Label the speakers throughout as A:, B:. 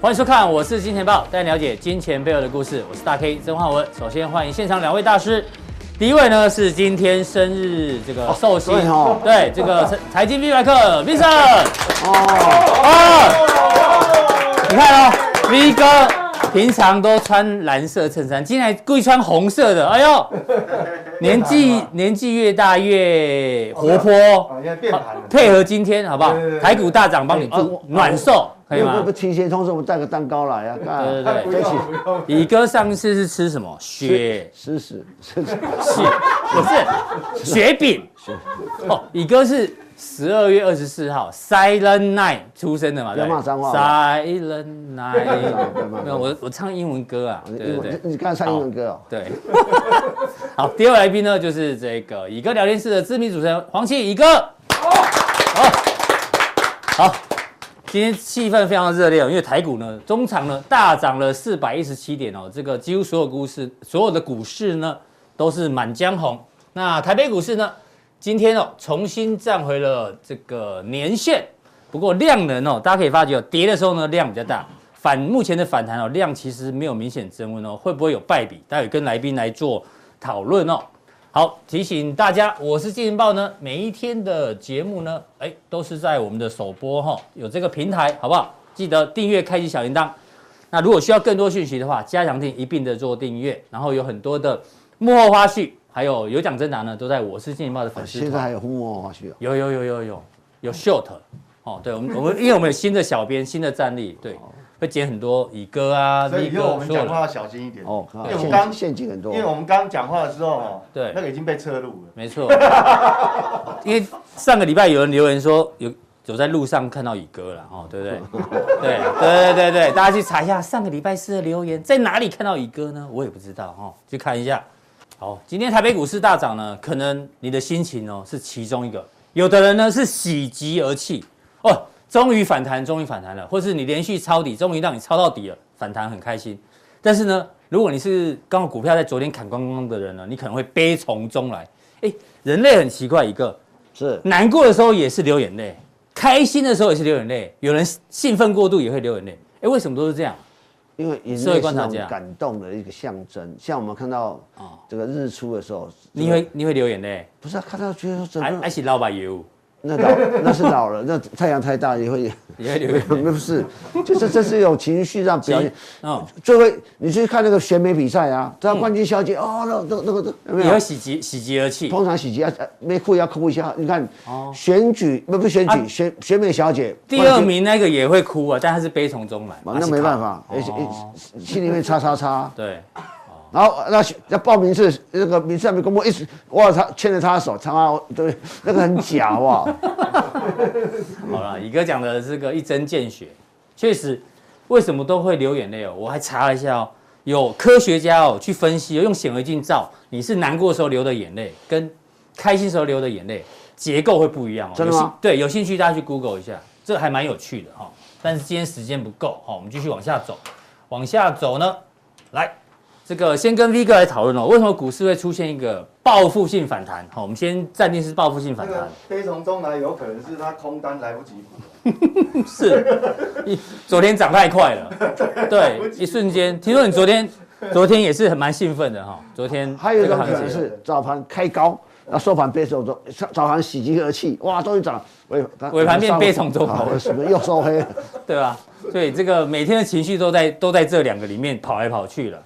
A: 欢迎收看，我是金钱豹，带您了解金钱背后的故事。我是大 K 曾焕文。首先欢迎现场两位大师，第一位呢是今天生日这个寿星，
B: 对哦
A: 对这个 财财经必百课 Vincent
B: 哦，
A: 哦，你看哦，V 哥平常都穿蓝色衬衫，今天还故意穿红色的，哎 呦，年纪年纪越大越活泼，
C: 啊，现在变 盘了。
A: 配合今天好不好
C: 对对对？
A: 台股大涨帮你
B: 哎
A: 助
B: 我
A: 暖寿，可以
B: 要
A: 吗
B: 不？提前通知我们带个蛋糕来啊，
A: 对对
C: 不
A: 对
B: 在一起
C: 用不用，
A: 李哥上次是吃什么？雪
B: 试试试试，
A: 雪不是雪饼哦，李哥是十二月二十四号 Silent Night 出生的嘛？
B: 不要
A: 对
B: 骂脏话
A: Silent
B: 不要
A: Night，
B: 骂
A: 没有我我唱英文歌啊，对
B: 英
A: 对对
B: 文，。你你刚才唱英文歌哦，
A: 对， 好，第二位来宾呢就是这个乙哥聊天室的知名主持人黄庆乙哥。好，好，今天气氛非常热烈哦，因为台股呢中场呢大涨了四百一十七点哦，这个几乎所有股市所有的股市呢都是满江红。那台北股市呢，今天哦重新站回了这个年线，不过量能哦，大家可以发觉、哦，跌的时候呢量比较大，反目前的反弹哦量其实没有明显增温哦，会不会有败笔？待会跟来宾来做讨论哦。好，提醒大家，我是金钱豹呢，每一天的节目呢，哎，都是在我们的首播哈、有这个平台好不好？记得订阅、开启小铃铛。那如果需要更多讯息的话，加强听一并的做订阅，然后有很多的幕后花絮，还有有奖征答呢，都在我是金钱豹的粉丝团。
B: 现在还有幕后花絮哦，
A: 有有有有有有 short 哦，对我们我们因为我们有新的小编新的战力，对，会剪很多乙哥啊、
C: 所以
A: 力
C: 以
A: 哥
C: 后我们
A: 所有
C: 讲
A: 的
C: 话要小心一点。
B: 哦，
C: 因为我
B: 陷
C: 们刚
B: 阱，陷阱很多
C: 因为，我们刚讲话的时候，哦，
A: 对
C: 那个已经被侧录了。
A: 没错，因为上个礼拜有人留言说有有在路上看到乙哥了哦，对不对？对对对对对，大家去查一下上个礼拜四的留言，在哪里看到乙哥呢？我也不知道哦，去看一下。好，今天台北股市大涨呢，可能你的心情哦是其中一个，有的人呢是喜极而泣哦，终于反弹，终于反弹了，或是你连续抄底，终于让你抄到底了，反弹很开心。但是呢，如果你是刚好股票在昨天砍光光的人呢，你可能会悲从中来。哎，人类很奇怪，一个
B: 是
A: 难过的时候也是流眼泪，开心的时候也是流眼泪，有人兴奋过度也会流眼泪。哎，为什么都是这样？
B: 因为眼
A: 社会
B: 泪是
A: 观察
B: 那
A: 家
B: 种感动的一个象征，像我们看到
A: 哦
B: 这个日出的时候，
A: 你会你会流眼泪，
B: 不是啊看到觉得说整
A: 还还
B: 个
A: 是老板油
B: 那老那是老了，那太阳太大也会，
A: 也会流眼泪。
B: 不是，就是这是一啊种情绪让别人。
A: 嗯，
B: 最会你去看那个选美比赛啊，知道冠军小姐、哦，那那那个那有没
A: 你会
B: 有？
A: 喜极喜极而泣。
B: 通常喜剧要呃没哭也要哭一下。你看，
A: 哦
B: 选举不不选举、
A: 啊
B: 选选美小姐
A: 第二，名那个也会哭啊，但他是悲从中来
B: 冠军，哇那没办法，
A: 还
B: 而
A: 是
B: 且、
A: 看哦
B: 一心里面叉叉叉。
A: 对，
B: 然后那那报名是那个名次还没公布，一直哇他牵着他的手，他妈对那个很假好 不好？
A: 好了，乙哥讲的这个一针见血，确实，为什么都会流眼泪哦？我还查了一下哦，有科学家哦去分析哦，用显微镜照你是难过的时候流的眼泪，跟开心时候流的眼泪结构会不一样哦。
B: 真的
A: 有
B: 吗
A: 兴对，有兴趣大家去 Google 一下，这还蛮有趣的哈、哦。但是今天时间不够哈、哦，我们继续往下走，往下走呢，来。这个先跟 V 哥来讨论哦，为什么股市会出现一个报复性反弹？好、我们先暂定是报复性
C: 那
A: 反弹
C: 个。悲从中来，有可能是他空单来不及补，
A: 是，一昨天涨太快了，对，一瞬间。听说你昨天，昨天也是很蛮兴奋的哈，昨天
B: 还有一
A: 这个
B: 种
A: 行
B: 可能
A: 情
B: 是早盘开高，那收盘被手中，早盘喜极而泣，哇，终于涨了，尾
A: 尾盘变悲从中来
B: 好什么又收 黑了？
A: 对吧？所以这个每天的情绪都在都在这两个里面跑来跑去了。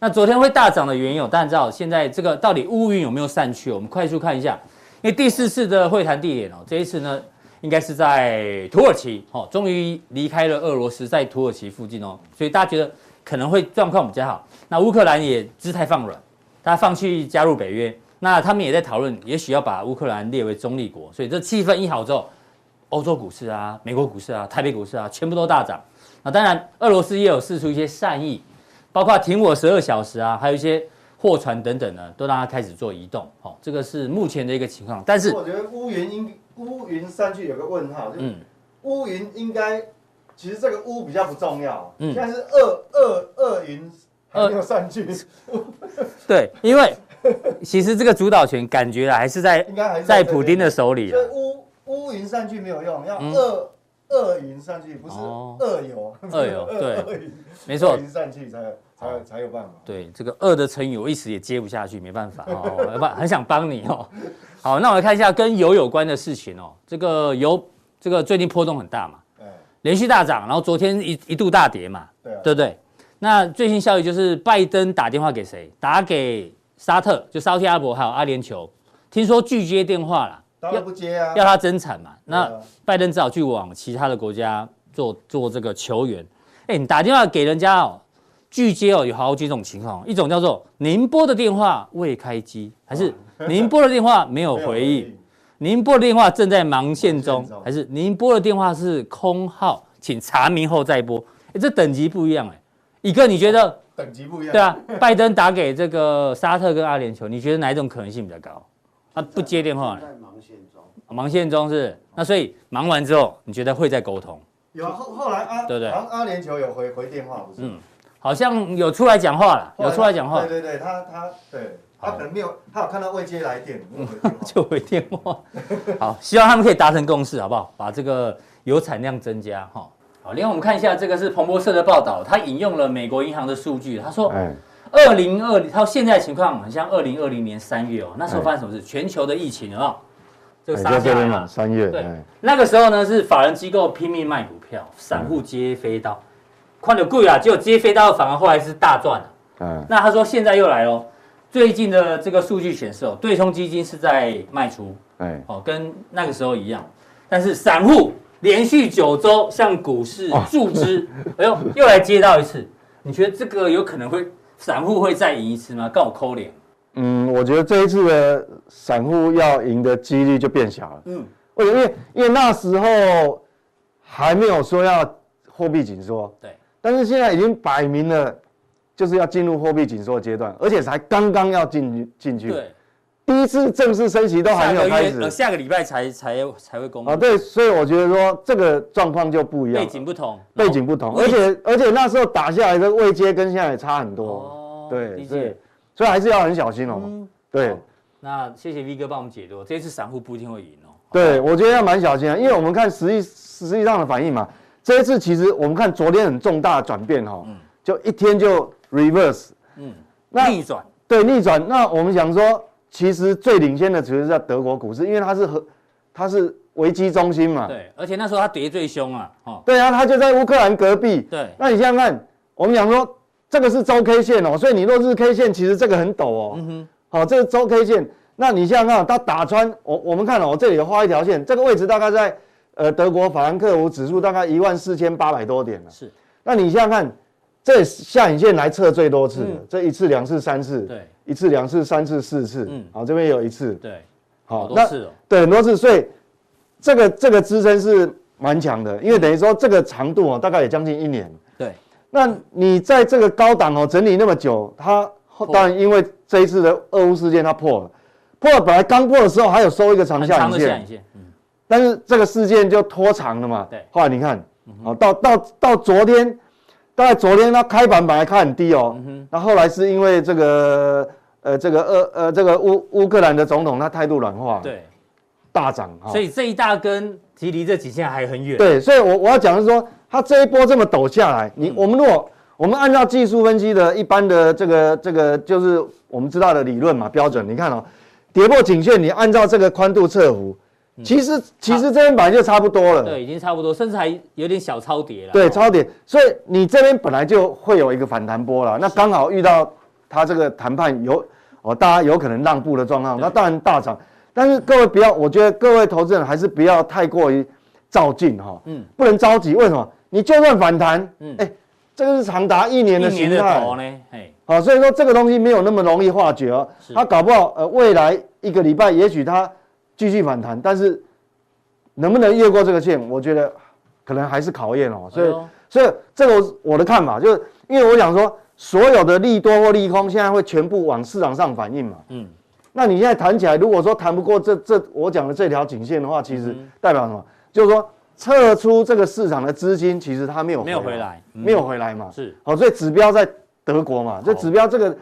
A: 那昨天会大涨的原因有，大家知道现在这个到底乌云有没有散去？我们快速看一下，因为第四次的会谈地点哦，这一次呢应该是在土耳其哦，终于离开了俄罗斯，在土耳其附近哦，所以大家觉得可能会状况比较好。那乌克兰也姿态放软，他放弃加入北约，那他们也在讨论，也许要把乌克兰列为中立国，所以这气氛一好之后，欧洲股市啊、美国股市啊、台北股市啊，全部都大涨。那当然，俄罗斯也有试出一些善意，包括停我十二小时啊，还有一些货船等等呢，都让它开始做移动。哦，这个是目前的一个情况。但是，
C: 我觉得乌云应乌云散去有个问号，就是
A: 嗯，
C: 乌云应该，其实这个乌比较不重要，
A: 嗯嗯
C: 现在是恶恶恶云还没有散去，
A: 对，因为其实这个主导权感觉啊，还是在
C: 应该还是
A: 在
C: 这
A: 普
C: 边
A: 丁的手里啊
C: 所以。乌乌云散去没有用，要
A: 嗯
C: 恶恶二云上去，不是
A: 哦
C: 二游。
A: 二游对
C: 二云
A: 没错
C: 二云上去才有才有才有办法。
A: 对，这个二的成语我一时也接不下去，没办法哦，要不然很想帮你哦。好，那我来看一下跟油有关的事情哦。这个油，这个最近波动很大嘛，
C: 哎，
A: 连续大涨，然后昨天一一度大跌嘛，
C: 对啊，
A: 对不对？那最新消息就是拜登打电话给谁？打给沙特，就沙特阿拉伯还有阿联酋，听说拒接电话啦，
C: 当然不接啊。
A: 要他增产嘛。那
C: 对啊
A: 拜登只好去往其他的国家做做这个球员。哎，你打电话给人家哦，拒接哦，有好几种情况，一种叫做您拨的电话未开机，还是 您拨的电话没有
C: 哦没有
A: 回应，您拨的电话正在忙线中
C: 忙线，中
A: 还是您拨的电话是空号，请查明后再拨。哎，这等级不一样哎。一个你觉得
C: 等级哦不一样。
A: 对啊，拜登打给这个沙特跟阿联酋，你觉得哪一种可能性比较高？他不接电话呢？
D: 在忙线中，
A: 啊忙线中是，那所以忙完之后，你觉得会再沟通？
C: 有啊后后来阿
A: 对不对
C: 好像阿联酋有回回电话，不是？
A: 嗯好像有出来讲话了，有出来讲话
C: 对对对，他他对，他
A: 好
C: 可能没有，他有看到未接来电，没有回电 话
A: 就回电话。好，希望他们可以达成共识，好不好？把这个油产量增加哈。好，另外我们看一下这个是彭博社的报道，他引用了美国银行的数据，他说
B: 哎，
A: 二零二零，他说现在情况很像二零二零年三月哦，那时候发生什么事？全球的疫情有没有？这
E: 哎
A: 个杀啊
B: 在
A: 下
B: 这
A: 来
B: 边
A: 嘛
B: 嘛，，三月，
A: 对
B: 哎，
A: 那个时候呢是法人机构拼命卖股票，散户接飞刀，看着贵啊，结果接飞刀反而后来是大赚了。
E: 哎
B: 嗯，
A: 那他说现在又来喽，最近的这个数据显示哦，对冲基金是在卖出
B: 哎，
A: 哦，跟那个时候一样，但是散户连续九周向股市
E: 哦
A: 注 资，哎呦，又来接到一次，你觉得这个有可能会散户会再赢一次吗？跟我抠脸，
E: 嗯，我觉得这一次的散户要赢的几率就变小了。
A: 嗯，
E: 为因为因为那时候还没有说要货币紧缩，
A: 对，
E: 但是现在已经摆明了就是要进入货币紧缩的阶段，而且才刚刚要进进去。，
A: 对，
E: 第一次正式升息都嗯还没有开始
A: 呃下个礼拜才才才会公布
E: 啊。，对，所以我觉得说这个状况就不一
A: 背
E: 样了，
A: 景不同，
E: 背景不同，
A: 位
E: 而
A: 置
E: 且而且那时候打下来的位阶跟现在也差很多。
A: 哦理
E: 对，
A: 解
E: 所以所以还是要很小心哦。
A: 嗯
E: 对
A: 好。那谢谢 V 哥帮我们解读，这次散户不一定会赢哦。
E: 对，我觉得要蛮小心的，啊因为我们看实际实际上的反应嘛。这一次其实我们看昨天很重大的转变哈、哦，就一天就 reverse，
A: 嗯，
E: 那
A: 逆转，
E: 对逆转。那我们想说，其实最领先的其实在德国股市，因为它是和它是危机中心嘛。
A: 对，而且那时候他跌最凶啊，哦，
E: 对啊，它就在乌克兰隔壁。
A: 对
E: 那你想想看，我们讲说这个是周 K 线哦，所以你若日 K 线其实这个很陡哦。嗯哼。好、这个周 K 线，那你想想看，它打穿我我们看哦，这里有画一条线，这个位置大概在呃德国法兰克福指数大概一万四千八百多点了。
A: 是，
E: 那你想想看，这下影线来测最多次了，这一次、两次、三次，
A: 嗯对，
E: 一次、两次、三次、四次，
A: 嗯
E: 嗯，好、这边有一次，
A: 对，
E: 好
A: 好多
E: 那
A: 次哦
E: 对，很多次，所以这个这个支撑是蛮强的，
A: 嗯
E: 因为等于说这个长度哦，大概也将近一年。
A: 对，
E: 那你在这个高档哦整理那么久，它后
A: 破
E: 当然因为这一次的俄乌事件它破了，破了本来刚破的时候还有收一个长
A: 很
E: 下
A: 长
E: 影
A: 的下
E: 线
A: 影，线，嗯，
E: 但是这个事件就拖长了嘛。
A: 对嗯
E: 后来你看，哦，到到到昨天，大概昨天它开盘本来开很低哦，
A: 嗯
E: 那、后来是因为这个呃这个呃呃这个乌乌克兰的总统他态度软化，，
A: 对，
E: 大涨哦哈。
A: 所以这一大根其实离这几线还很远，
E: 对，所以我我要讲的是说，它这一波这么陡下来，你、我们如果我们按照技术分析的一般的这个这个就是我们知道的理论嘛标准，你看哦，跌破颈线，你按照这个宽度测幅，其实其实这边本来就差不多了，
A: 对，已经差不多，甚至还有点小超跌了，
E: 对，超跌，所以你这边本来就会有一个反弹波了，那刚好遇到它这个谈判有哦，大家有可能让步的状况，那当然大涨。但是各位不要，我觉得各位投资人还是不要太过于照进哈，
A: 嗯
E: 嗯，不能着急。为什么？你就算反弹，
A: 嗯
E: 嗯，哎、这个是长达一年
A: 一
E: 的
A: 年
E: 形
A: 的
E: 态，
A: 头呢，哎，
E: 好、所以说这个东西没有那么容易化解哦
A: 是。
E: 它搞不好呃未来一个礼拜，也许它继续反弹，但是能不能越过这个线，我觉得可能还是考验哦。所以、
A: 哎呦
E: 所以这个我我的看法就是，因为我想说，所有的利多或利空现在会全部往市场上反映嘛。
A: 嗯，
E: 那你现在谈起来，如果说谈不过这这我讲的这条颈线的话，其
A: 嗯
E: 实代表什么？就是说撤出这个市场的资金，其实它没有
A: 没有回来嗯
E: 没有回来嘛。
A: 是嗯
E: 好，所以指标在德国嘛，这指标这个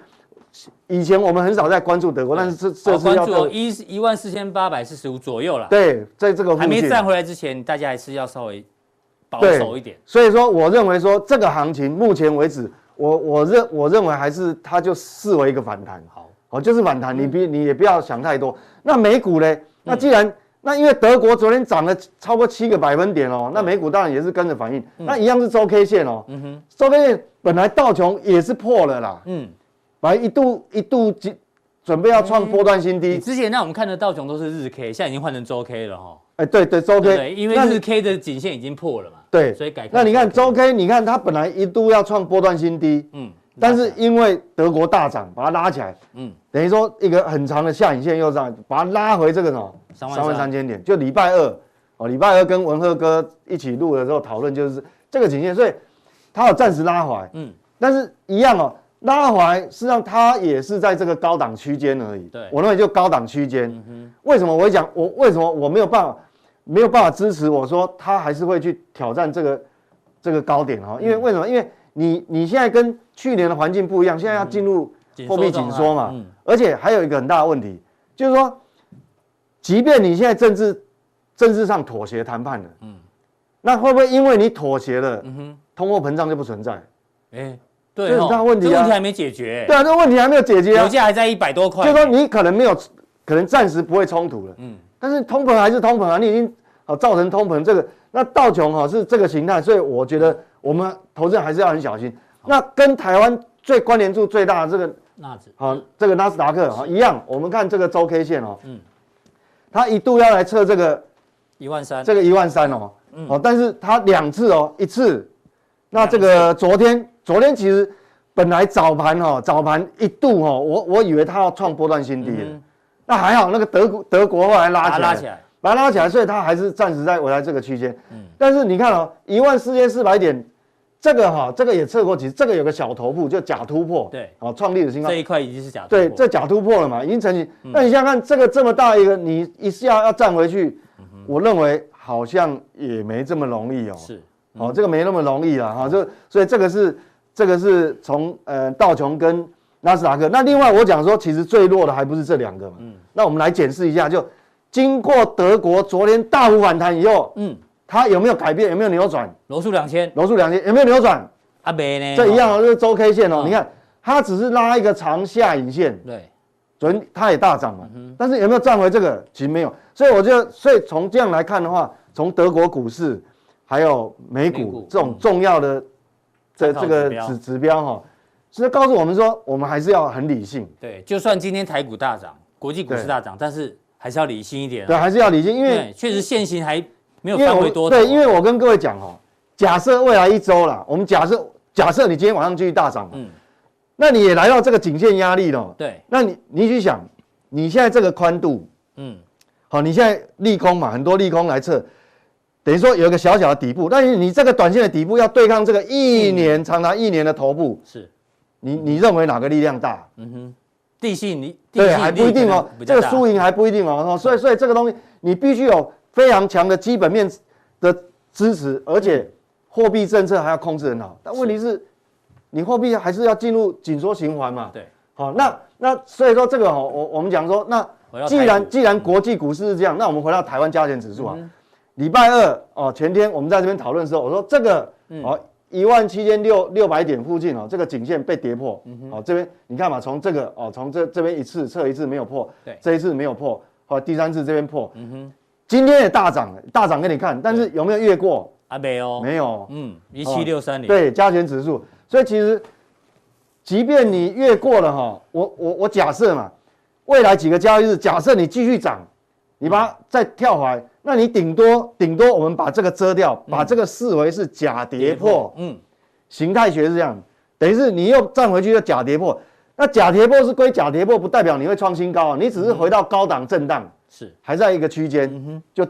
E: 以前我们很少在关注德国，但是这
A: 好
E: 这次
A: 关
E: 要
A: 注哦
E: 特
A: 一一万四千八百四十五左右啦，
E: 对，在这个
A: 还
E: 附
A: 没
E: 近
A: 站回来之前，大家还是要稍微保
E: 对
A: 守一点。
E: 所以说，我认为说这个行情目前为止，我我认我认为还是它就视为一个反弹。
A: 好，嗯
E: 哦，就是反弹，你别你也不要想太多。那美股呢？那既然、那因为德国昨天涨了超过七个百分点
A: 嗯
E: 哦，那美股当然也是跟着反应。那一样是周 K 线哦，周 K 线本来道琼也是破了啦，
A: 嗯，
E: 本来一度一度几准备要创波段新低
A: 你。之前让我们看的道琼都是日 K，现在已经换成周 K 了哈，
E: 哎、对对，周
A: 对不
E: K，
A: 对？因为
E: 那
A: 日
E: 你
A: K 的颈线已经破了嘛，
E: 对，
A: 所以改看
E: 那你看周
A: 周
E: K，你看它本来一度要创波段新低，
A: 嗯，
E: 但是因为德国大涨，把它拉起来，
A: 嗯，
E: 等于说一个很长的下影线又上，把它拉回这个什么
A: 三万三
E: 万三千点，就礼拜二哦，礼拜二跟文赫哥一起录的时候讨论就是这个颈线，所以它有暂时拉回来，
A: 嗯，
E: 但是一样哦，拉回来实际上它也是在这个高档区间而已，
A: 对嗯
E: 我认为就高档区间，为什么我会讲我为什么我没有办法没有办法支持我说它还是会去挑战这个这个高点哈、哦，因为为什么？因为你你现在跟去年的环境不一样，现在要进入
A: 嗯紧缩
E: 货币
A: 状
E: 紧
A: 态
E: 缩嘛，
A: 嗯
E: 而且还有一个很大的问题，就是说，即便你现在政治政治上妥协谈判了，嗯，那会不会因为你妥协了，
A: 嗯
E: 通货膨胀就不存在？
A: 哎，对
E: 这
A: 哦，
E: 很大问题啊
A: 这问题还没解决，
E: 对啊，这个问题还没有解决啊
A: 油，价还在一百多块，
E: 就是说你可能没有，可能暂时不会冲突了，嗯，但是通膨还是通膨啊，你已经好造成通膨这个，那道琼哈是这个形态，所以我觉得我们投资人还是要很小心。那跟台湾最关联度最大的这个
A: 纳指
E: 好，这个纳斯达克好一样，我们看这个周 K 线哦，嗯，它一度要来测这个
A: 一万三，
E: 这个一万三哦，
A: 嗯
E: 哦，但是它两次哦，一次，那这个昨天昨天其实本来早盘哦，早盘一度哦，我我以为它要创波段新低了，那还好，那个德国德国后来
A: 嗯
E: 拉
A: 把它
E: 起来，
A: 拉起，来，嗯
E: 把它拉起来，所以它还是暂时在围在这个区间，但是你看哦，一万四千四百点。这个哈、这个也测过几次，这个有个小头部，就假突破，
A: 对
E: 哦，创立的新高
A: 这，一块已经是假突破嗯
E: 对，这假突破了嘛，已经成型。那你想想看，这个这么大一个，你一下要站回去，我认为好像也没这么容易哦。
A: 是嗯
E: 哦，这个没那么容易啦，哈、这所以这个是这个是从呃道琼跟纳斯达克。那另外我讲说，其实最弱的还不是这两个嘛。
A: 嗯
E: 那我们来检视一下，就经过德国昨天大幅反弹以后，
A: 嗯，
E: 它有没有改变，有没有扭转？
A: 罗素两千，
E: 罗素两千有没有扭转？
A: 阿北呢？
E: 这一样哦，这是周 K 线哦，
A: 嗯
E: 你看它只是拉一个长下影线。
A: 对，
E: 昨天它也大涨嘛，
A: 嗯
E: 但是有没有站回这个？其实没有，所以我觉得，所以从这样来看的话，从德国股市还有美股
A: 美股嗯
E: 这种重要的这
A: 参考
E: 这个
A: 指标
E: 指指标哈，是告诉我们说，我们还是要很理性，
A: 对，就算今天台股大涨，国际股市
E: 对
A: 大涨，但是还是要理性一点啊。
E: 对，还是要理性，因为
A: 对，确实现行还没有
E: 因为
A: 范
E: 我
A: 围多头啊
E: 对，因为我跟各位讲哦，假设未来一周啦，我们假设假设你今天晚上继续大涨，
A: 嗯
E: 那你也来到这个颈线压力了，
A: 对，
E: 那你你去想，你现在这个宽度，
A: 嗯，
E: 好，你现在利空嘛，很多利空来测，等于说有一个小小的底部，但是你这个短线的底部要对抗这个一年长达一年的头部，
A: 是，
E: 你你认为哪个力量大？
A: 地吸引力，嗯地
E: 对，
A: 吸引
E: 还
A: 力
E: 不一定
A: 可
E: 哦
A: 能比，较
E: 这个
A: 大
E: 输赢还不一定哦，哦所以所以这个东西你必须有非常强的基本面的支持，而且货币政策还要控制很好。但问题是，你货币还是要进入紧缩循环嘛？
A: 对，
E: 好、那那所以说这个哦，我我们讲说，那
A: 回到
E: 既
A: 台
E: 然
A: 股嗯
E: 既然国际股市是这样，那我们回到台湾加权指数啊，礼拜二哦，前天我们在这边讨论的时候，我说这个
A: 嗯
E: 哦一万七千六六百点附近哦，这个颈线被跌破，
A: 嗯
E: 哦这边你看嘛，从这个哦从这这边一次测一次没有破，
A: 对嗯
E: 这一次没有破，哦第三次这边破，今天也大涨了，大涨给你看，但是有没有越过？
A: 阿北哦，
E: 没有，
A: 嗯，一七六三零，
E: 对，加权指数。所以其实，即便你越过了哈，我我我假设嘛，未来几个交易日，假设你继续涨，你把它再跳回来，那你顶多顶多我们把这个遮掉，把这个视为是假嗯跌破。
A: 嗯，
E: 形态学是这样，等于是你又站回去就假跌破。那假跌破是归假跌破，不代表你会创新高啊，你只是回到高档震荡，
A: 是，
E: 还在一个区间，就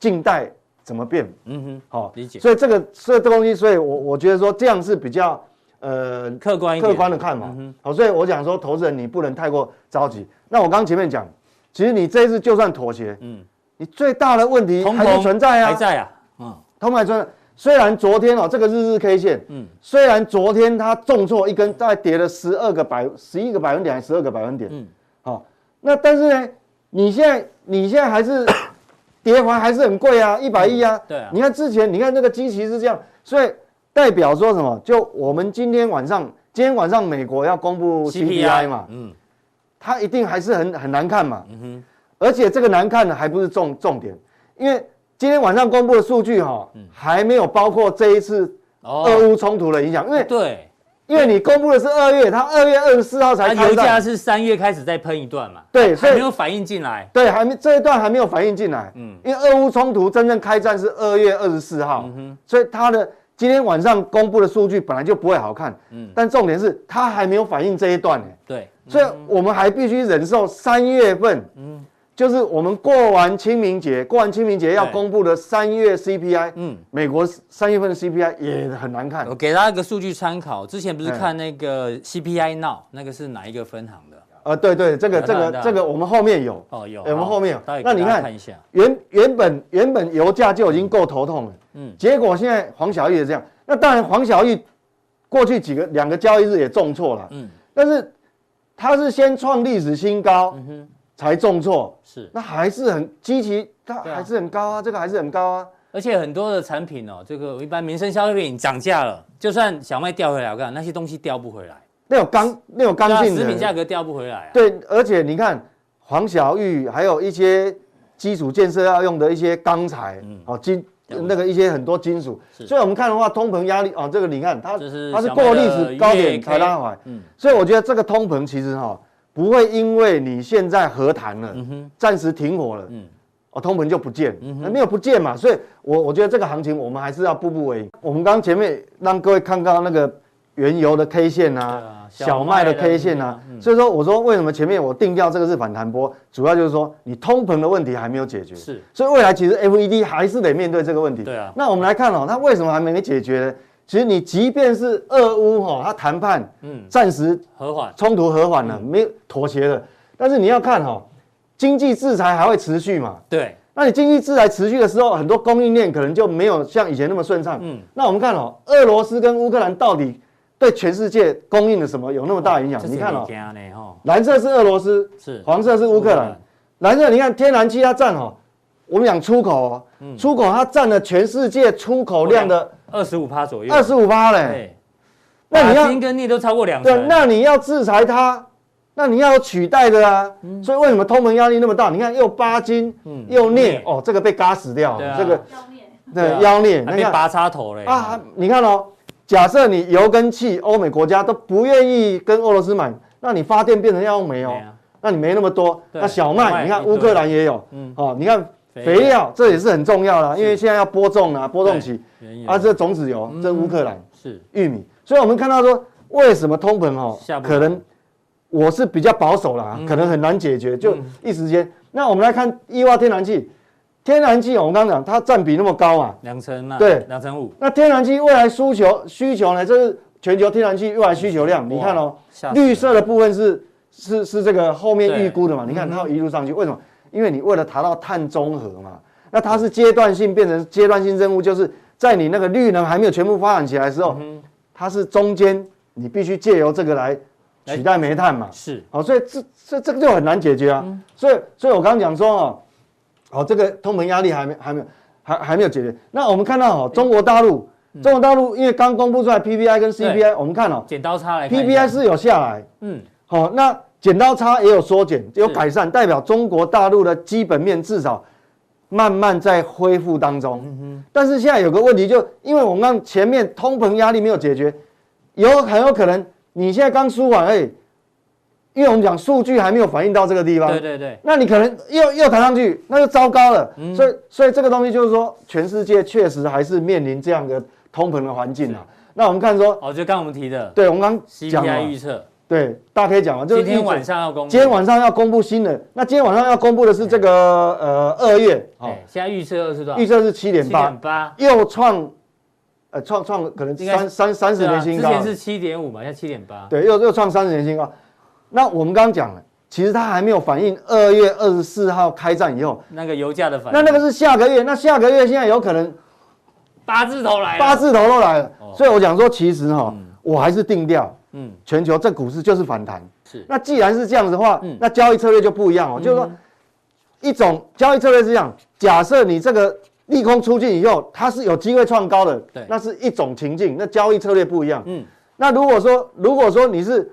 E: 静待怎么变。
A: 嗯哼，
E: 好、
A: 理解
E: 所以这个，所以这个东西，所以我我觉得说这样是比较呃
A: 客观一点，嗯
E: 客观的看法。好、所以我讲说，投资人你不能太过着急。那我刚前面讲，其实你这一次就算妥协，嗯，你最大的问题
A: 通
E: 还是
A: 膨
E: 存在啊，
A: 还在啊，嗯，
E: 通膨还存在。虽然昨天哦，这个日日 K 线，嗯，虽然昨天它重挫一根，大概跌了十二个百、十一个百分点还是十二个百分点，嗯，好、那但是呢，你现在你现在还是跌完还是很贵啊，一百亿啊。
A: 对啊
E: 你看之前，你看那个基期是这样，所以代表说什么？就我们今天晚上，今天晚上美国要公布 CPI 嘛，
A: 嗯，
E: 它一定还是很很难看嘛。而且这个难看的还不是重重点，因为今天晚上公布的数据哈、还没有包括这一次
A: 嗯
E: 俄
A: 哦，
E: 乌冲突的影响，因为
A: 对，
E: 因为你公布的是二月，它二月二十四号才
A: 它
E: 开
A: 油价
E: 战，
A: 是三月开始再喷一段嘛，
E: 对，所
A: 还没
E: 以
A: 有反应进来，
E: 对还没这一段还没有反应进来，
A: 嗯
E: 因为俄乌冲突真正开战是二月二十四号，所以它的今天晚上公布的数据本来就不会好看，
A: 嗯
E: 但重点是它还没有反映这一段呢、
A: 对，
E: 所以我们还必须忍受三月份，就是我们过完清明节，过完清明节要
A: 对
E: 公布的三月 CPI，
A: 嗯
E: 美国三月份的 CPI 也很难看
A: 我，给大家一个数据参考，之前不是
E: 哎
A: 看那个 CPI Now 那个是哪一个分行的？
E: 呃，对对，这个
A: 对
E: 这
A: 当然
E: 个
A: 当然
E: 这个我们后面有，
A: 哦，有，
E: 哎我们
A: 好
E: 后面有
A: 待会
E: 那
A: 给
E: 你
A: 大家
E: 看
A: 看一下，
E: 原原本原本油价就已经够头痛了，
A: 嗯
E: 嗯，结果现在黄小玉也这样，那当然黄小玉过去几个两个交易日也重挫了，
A: 嗯，
E: 但是它是先创历史新高，才重挫，
A: 是，
E: 那还是很积极，它
A: 对啊
E: 还是很高啊，这个还是很高啊，
A: 而且很多的产品哦，这个一般民生消费品涨价了，就算小麦调回来，我看那些东西调不回来，
E: 那种刚那种刚
A: 对啊
E: 性
A: 食
E: 的
A: 品价格调不回来啊，
E: 对，而且你看黄小玉还有一些基础建设要用的一些钢材，哦金
A: 了解
E: 那个一些很多金属，
A: 嗯是
E: 所以我们看的话，通膨压力哦，这个你看它
A: 这是
E: 它是
A: 小麦
E: 过历
A: 的
E: 史高
A: 月
E: 点才
A: K
E: 拉回来，
A: 嗯
E: 所以我觉得这个通膨其实哈、不会因为你现在和谈了，暂时停火了，
A: 嗯
E: 哦，通膨就不见，那没有不见嘛，所以我我觉得这个行情我们还是要步步为营。我们刚前面让各位看到那个原油的 K 线啊，
A: 对啊小
E: 小
A: 麦
E: 麦
A: 的
E: 的 K 线啊，
A: 嗯
E: 所以说我说为什么前面我定调这个是反弹波，主要就是说你通膨的问题还没有解决，
A: 是，
E: 所以未来其实 FED 还是得面对这个问题。
A: 对啊
E: 那我们来看哦，它为什么还没解决呢？其实你即便是俄乌哈、它谈判
A: 嗯，
E: 暂时
A: 和缓，
E: 冲突和缓了，没有妥协了，但是你要看哈、哦，经济制裁还会持续嘛？
A: 对，
E: 那你经济制裁持续的时候，很多供应链可能就没有像以前那么顺畅。
A: 嗯
E: 嗯，那我们看哦，俄罗斯跟乌克兰到底对全世界供应的什么有那么大影响？
A: 这是
E: 你看哦
A: 你，家呢哈，
E: 蓝色是俄罗斯，
A: 是
E: 黄色是乌克
A: 乌克
E: 兰
A: 兰。
E: 蓝色你看天然气它占哦，我们讲出口哦，
A: 嗯
E: 出口它占了全世界出口量的
A: 二十五趴左右，
E: 二十五趴嘞。
A: 对，
E: 那你
A: 钯
E: 要
A: 金跟镍都超过两
E: 对
A: 成，，
E: 那你要制裁它，那你要有取代的啊。
A: 嗯
E: 所以为什么通膨压力那么大？你看又巴金，又镍
A: 镍，
E: 哦，这个被嘎死掉
A: 对啊
E: 了，这个。
D: 妖孽。
A: 对啊
E: 对，妖孽，
A: 还
E: 那
A: 被
E: 个
A: 拔插头嘞
E: 啊，，你看哦，假设你油跟气，欧美国家都不愿意跟俄罗斯买，那你发电变成要用煤哦
A: 对啊，
E: 那你没那么多。
A: 对
E: 那小
A: 小麦
E: 麦，你看
A: 一堆嗯
E: 乌克兰也有，哦，你看
A: 肥
E: 肥料这也是很重要的，因为现在要播种啊，播种期
A: 原油
E: 啊，这种子
A: 嗯
E: 油，这乌克兰
A: 是
E: 玉米，所以我们看到说，为什么通膨哦
A: 下，不来嗯
E: 可能我是比较保守啦，可能很难解决，就一时间。那我们来看液化天然气，天然气哦我们刚刚讲它占比那么高啊。
A: 两成啊，
E: 对
A: 两成五，
E: 那天然气未来需求需求呢？这是全球天然气未来需求量，你看哦
A: 哇吓，死人
E: 绿色的部分是是是这个后面
A: 对嗯
E: 预估的嘛？你看它一路上去，为什么？因为你为了达到碳中和嘛，那它是阶段性变成阶段性任务，就是在你那个绿能还没有全部发展起来的时候，
A: 嗯
E: 它是中间你必须借由这个来取代煤炭嘛。
A: 是
E: 好、哦所以这这这个就很难解决啊。
A: 嗯
E: 所以所以我刚刚讲说哦，好、这个通膨压力还没还没有还还没有解决。那我们看到哦，中国大陆、
A: 嗯
E: 中国大陆因为刚公布出来 PPI 跟 CPI，我们看哦
A: 剪刀差来看一下
E: ，PPI 是有下来，
A: 嗯
E: 好、那剪刀差也有缩减，有
A: 是
E: 改善，代表中国大陆的基本面至少慢慢在恢复当中。
A: 嗯
E: 但是现在有个问题就，因为我们刚前面通膨压力没有解决，有很有可能你现在刚输完而已，因为我们讲数据还没有反映到这个地方。
A: 对对对，
E: 那你可能又又弹上去，那就糟糕了。
A: 嗯
E: 所以所以这个东西就是说，全世界确实还是面临这样的通膨的环境啊。那我们看说，
A: 哦，就刚刚我们提的
E: 对我们刚讲了
A: CPI
E: 嘛
A: 预，测，
E: 对，大家可以讲完，就是
A: 今天
E: 预测
A: 晚上要公布，
E: 今天晚上要公布新的，那今天晚上要公布的是这个呃二月，好、
A: 哎，现在预测是多少？
E: 预测是七点
A: 七
E: 八
A: 点，八，
E: 又创呃创创可能
A: 应该是
E: 三三三十
A: 对啊
E: 年新高
A: 之
E: 了，
A: 前是七点五嘛，现在七点八，
E: 对，又又创三十年新高。那我们刚刚讲了，其实它还没有反映二月二十四号开战以后，
A: 那个油价的反
E: 那
A: 应，
E: 那个是下个月，那下个月现在有可能
A: 八字头来了，
E: 八，字头都来了，
A: 哎哦
E: 所以我讲说，其实哈、我还是定调
A: 嗯，
E: 全球这股市就是反弹。
A: 是
E: 那既然是这样子的话，
A: 嗯
E: 那交易策略就不一样哦，就是说一种交易策略是这样，假设你这个利空出尽以后，它是有机会创高的，
A: 对
E: 那是一种情境，那交易策略不一样。
A: 嗯
E: 那如果说如果说你是，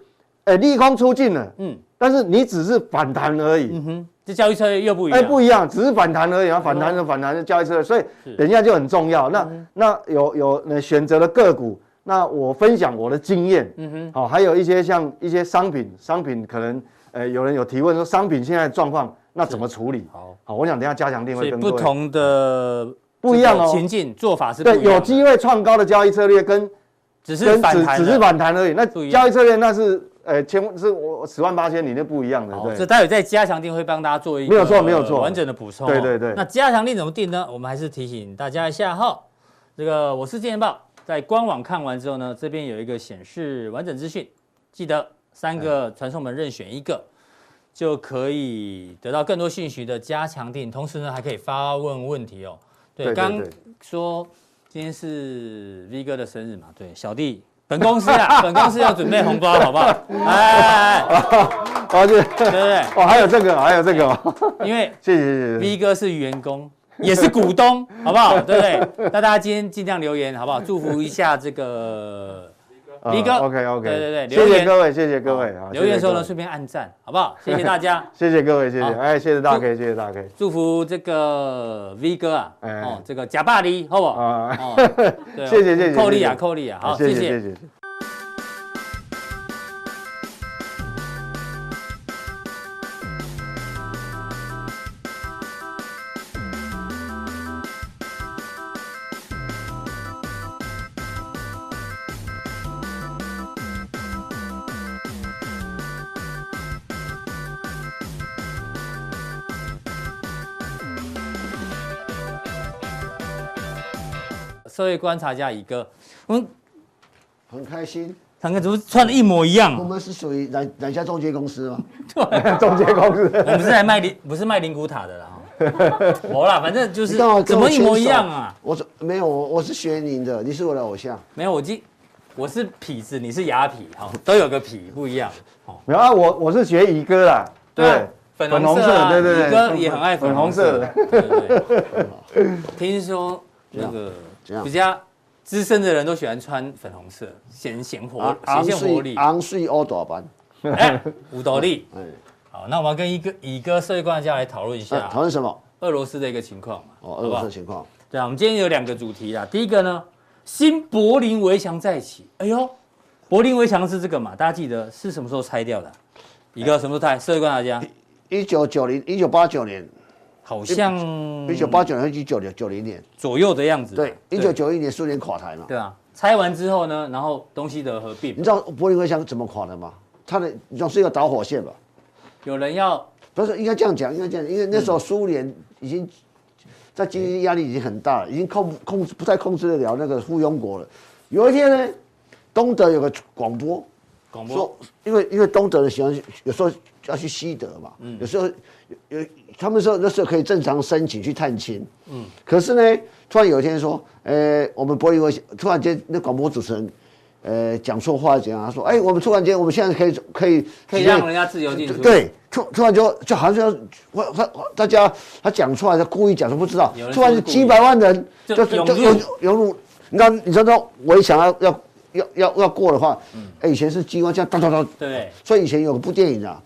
E: 呃，利空出尽了，
A: 嗯
E: 但是你只是反弹而已，
A: 嗯哼，这交易策略又不一
E: 哎、
A: 样，哦
E: 不一样，只是反弹而已，然后反弹的反弹的交易策略，所以等一下就很重要。
A: 嗯
E: 那、那有有呃选择的个股，那我分享我的经验，嗯哼，好、还有一些像一些商品，商品可能呃有人有提问说商品现在的状况那怎么处理？
A: 好，
E: 好，我想等一下加强定
A: 所
E: 会
A: 以
E: 跟
A: 不
E: 各位
A: 同的
E: 不一样
A: 这个
E: 哦
A: 情境做法是不一
E: 对
A: 样的，
E: 有机会创高的交易策略跟
A: 只是
E: 跟
A: 反
E: 只
A: 弹
E: 只
A: 的
E: 是反弹而已，那
A: 不一样
E: 交易策略那是呃千万是我十万八千里面不一样的，
A: 好，
E: 对
A: 这。哦待会在加强定会帮大家做一个
E: 没有错没有错
A: 完整的补充哦。
E: 对对对
A: 那加强定怎么定呢？我们还是提醒大家一下哈。这个我是金钱豹，在官网看完之后呢，这边有一个显示完整资讯，记得三个传送门任选一个，就可以得到更多讯息的加强定。同时呢，还可以发问问题哦。对，
E: 对对
A: 刚
E: 对
A: 说今天是 V 哥的生日嘛，对，小弟。本公司啊， 本公司要准备红包，好不好？哎，哎哎
E: 而且
A: 对不对？
E: 哦，还有这个，还有这个哦，
A: 哎因为
E: 谢谢谢谢谢谢。
A: V 哥是员工，也是股东，好不好？对不对？那大家今天尽量留言，好不好？祝福一下这个 V 哥。
E: OK OK，
A: 对对对，
E: 谢
A: 留
E: 谢
A: 言
E: 各位，谢谢各位啊，
A: 留言的时候呢，
E: 谢
A: 顺便按赞，好不好？谢谢大 家，
E: 谢各位，谢谢各
A: 好
E: 位，谢谢，哎，谢谢大 K，谢谢大 K，
A: 祝福这个 V 哥啊，
E: 哎
A: 哦，这个假巴黎，好不好？
E: 啊，
A: 哦，对
E: 谢谢谢谢
A: 扣力啊，
E: 谢谢
A: 扣力啊，好，
E: 谢
A: 谢
E: 谢
A: 谢
E: 谢。谢。
A: 社会观察家乙哥，我们
B: 很开心。
A: 堂哥怎么穿的一模一样
B: 我
A: 啊？
B: 们是属于哪哪家中介公司吗？
E: 中介公司
A: 我们是来卖灵，不是卖灵骨塔的啦。哦 我啦，反正就
B: 你
A: 是
B: 干嘛
A: 怎
B: 跟我
A: 么
B: 牵
A: 一
B: 手
A: 模一样啊？？
B: 我是没有，我我是学您的，你是我的偶像。
A: 没有，我今我是痞子，你是牙痞，好、都有个痞，不一样。哦，
E: 没有啊，我我是学乙哥啦，
A: 啊粉红色、啊，
E: 对对对，
A: 宇哥也很爱粉红色。
E: 粉
A: 对对对听说那个
B: 怎样
A: 比较资深的人都喜欢穿粉红色，显显活，显现活力。
B: 昂睡欧大班，
A: 哎，五斗力。
B: 哎，
A: 好，那我们要跟一个乙哥社会观察家来讨论一
B: 那
A: 下
B: 哎讨论什么？
A: 俄罗斯的一个情况嘛，
B: 哦，
A: 好
B: 俄
A: 不
B: 罗
A: 啊好
B: 斯的？情况，
A: 对啊，我们今天有两个主题啦。第一个呢，新柏林围墙再起。哎呦，柏林围墙是这个嘛？大家记得是什么时候拆掉的啊？一个什么时候拆？社会观察家，
B: 一九九零，一九八九年，
A: 好像
B: 一九八九年，一九九九零年，
A: 左右的样子吧。
B: 对，一九九一年苏联垮台嘛。
A: 对啊，拆完之后呢，然后东西德合并
B: 你，知道柏林围墙怎么垮的吗？它的总是一个导火线吧？
A: 有人要
B: 不是，应该这样讲，应该这样，因为那时候苏联已经在经济压力已经很大了，已经控控制不太控制得了那个附庸国了。有一天呢，东德有个广播，
A: 广播
B: 说，因为因为东德人喜欢有时候要去西德嘛，
A: 嗯
B: 有时候有有他们说那时候可以正常申请去探亲，嗯，可是呢，突然有一天说，呃，我们柏林围墙突然间那广播主持人。呃，讲错话怎样？他说：“哎、我们突然间，我们现在可以可以
A: 可以
B: 直接
A: 让人家自由进出
B: 对，突突然就就好像我他大家他讲出来，他故意讲，他不知道
A: 有人，
B: 突然
A: 是故意
B: 几百万人
A: 就
B: 就就
A: 涌
B: 就
A: 入
B: 涌涌入，你知道你知道我也想要要要要要过的话，
A: 嗯
B: 哎，以前是机关枪，当当当，
A: 对不对？
B: 所以以前有部电影啊，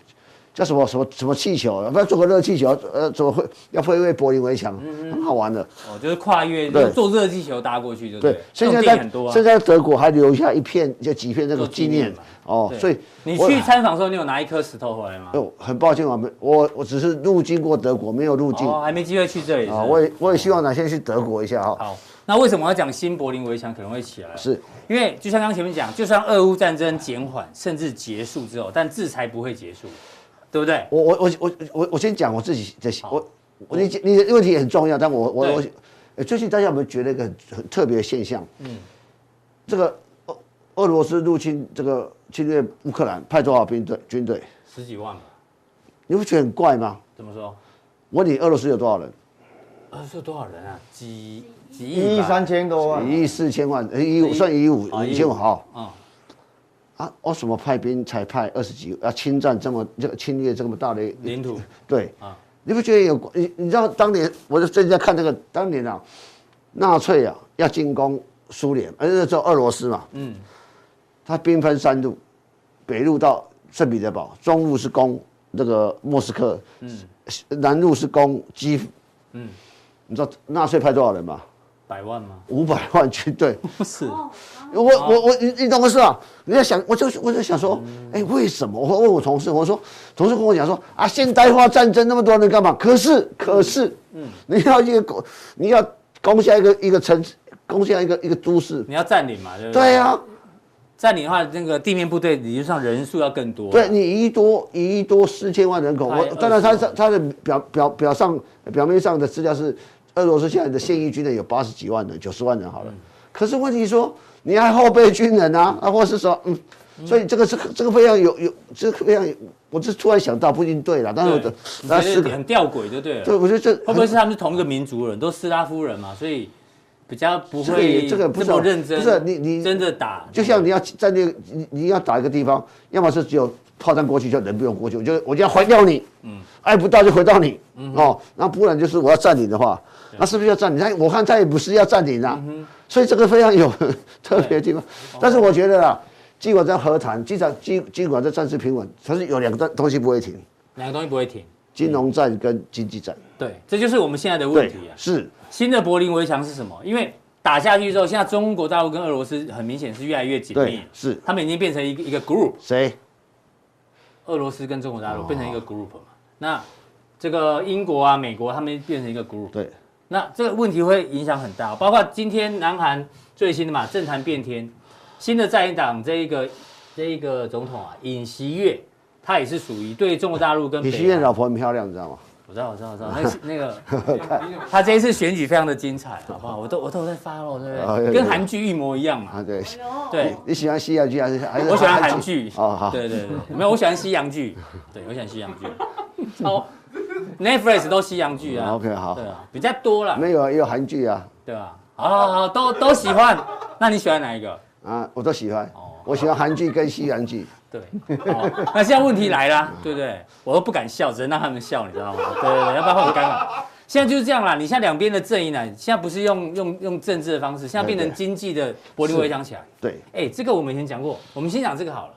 B: 叫什么什么什么气球，啊不要做个热气球，呃，怎么会要飞越柏林围墙，很好玩的。
A: 哦，就是跨越，
B: 对
A: 就是坐热气球搭过去，就
B: 对
A: 对，。
B: 所以
A: 这种
B: 现
A: 电
B: 在
A: 影很多啊。
B: 现在德国还留下一片就几片那个
A: 做纪
B: 纪
A: 念
B: 念
A: 嘛
B: 哦
A: 对，
B: 所以
A: 你
B: 我
A: 去参访的时候，你有拿一颗石头回来吗
B: 哎？呦，很抱歉，我没我我只是路经过德国，没有入境
A: 哦，还没机会去这里是不
B: 啊。
A: 是
B: 我也我也希望哪天去德国一下哈。
A: 好，那为什么要讲新柏林围墙可能会起来？
B: 是
A: 因为就像刚刚前面讲，就算俄乌战争减缓甚至结束之后，但制裁不会结束，对不对？
B: 我我我我我我先讲我自己的我我你你的问题也很重要，但我我我
A: 对
B: 呃最近大家有没有觉得一个很很特别的现象？嗯，这个俄俄罗斯入侵这个侵略乌克兰，派多少兵队军队？
A: 十几万吧，
B: 你不觉得很怪吗？
A: 怎么说？
B: 我问你，俄罗斯有多少人？
A: 呃，是多少人啊？几几亿吧？
E: 一亿三千多万，
B: 一亿四千万，呃一亿
A: 一
B: 五算一亿五
A: 哦
B: 一千五好。
A: 啊、
B: 啊，为什么派兵才派二十几？要侵占这么这个侵略这么大的
A: 领土
B: 对
A: 啊
B: 啊，你不觉得有你你知道当年我就最近在看这个当年啊，纳粹啊要进攻苏联，呃那时候俄罗斯嘛，嗯，他兵分三路，北路到圣彼得堡，中路是攻这个莫斯科，嗯，南路是攻基辅，嗯，你知道纳粹派多少人吗？
A: 百万吗？
B: 五百万军队，
A: 不是，
B: 我我我，你你懂我是啊？你在想，我就我就想说，哎、为什么？我会问我同事，我说同事跟我讲说啊，现代化战争那么多人干嘛？可是可是，嗯，你要一个攻，你要攻下一个一个城市，攻下一个一个都市，
A: 你要占领嘛，对啊不对？
B: 对呀、啊，
A: 占领的话，那个地面部队理论上人数要更多。
B: 对，你一多一多四千万人口，我
A: 哎
B: 当然他
A: 20
B: 他他的表表表上表面上的资料是俄罗斯现在的现役军人有八十几万人，九十万人好
A: 嗯
B: 了。可是问题说你还后备军人啊，啊或是说嗯，所以这个是这个非常有有这个非常有，我是突然想到不一定对了，但是我的
A: 对，
B: 那
A: 你
B: 是
A: 觉得很吊诡就对了。
B: 对，我觉得这
A: 会不会是他们是同一个民族人，都斯拉夫人嘛，所以比较不
B: 这个
A: 会
B: 也这个不是
A: 么认真，
B: 不是啊你你
A: 真的打，
B: 就像你要战略，你你要打一个地方，要么是只有炮弹过去，就人不用过去，我就我就要还掉你，嗯，爱不到就回到你，
A: 嗯
B: 哦，那不然就是我要占领的话，那是不是要占领？他我看他也不是要占领啊，所以这个非常有特别的地方。
A: 嗯
B: 但是我觉得啊，尽管在和谈，尽管尽尽管在战事平稳，它是有两个东西不会停：
A: 两个东西不会停。
B: 金融战跟经济战。
A: 对，这就是我们现在的问
B: 对
A: 题啊，。
B: 是
A: 新的柏林围墙是什么？因为打下去之后，现在中国大陆跟俄罗斯很明显是越来越紧密
B: 对，是
A: 他们已经变成一个一个 group，
B: 谁？
A: 俄罗斯跟中国大
B: 哦
A: 陆变成一个 group 嘛。那这个英国啊、美国他们变成一个 group，
B: 对，
A: 那这个问题会影响很大，包括今天南韩最新的嘛，政坛变天，新的在野党这一个这一个总统啊，尹锡悦，他也是属于对啊中国大陆跟
B: 李
A: 北
B: 希燕
A: 韩
B: 老婆很漂亮，你知道吗？
A: 我知道，我知道，我知道，那是那个他这一次选举非常的精彩，好不好？我都我都有在发了，对
B: 啊
A: 不
B: 有
A: 对？
B: 有
A: 跟韩剧一模一样嘛。
B: 啊，对，
A: 对，
B: 你喜欢西洋剧还是还是？
A: 我喜欢韩剧。
B: 哦，好。
A: 对对对，对没有，我喜欢西洋剧。对，我喜欢西洋剧。哦，Netflix 都西洋剧啊。
B: 嗯，OK，好
A: 对啊，比较多啦，
B: 没有啊，也有韩剧啊，
A: 对吧？好好好，都都喜欢。那你喜欢哪一个？
B: 啊，我都喜欢
A: 哦。
B: 我喜欢韩剧跟西洋剧，
A: 对，哦那现在问题来了，对不对？我都不敢笑，只能让他们笑，你知道吗？对对对，要不然会很尴尬。现在就是这样啦，你现在两边的阵营呢，啊现在不是用用用政治的方式，现在变成
B: 对对
A: 经济的柏林围墙起来。
B: 对，
A: 哎，这个我们以前讲过，我们先讲这个好了。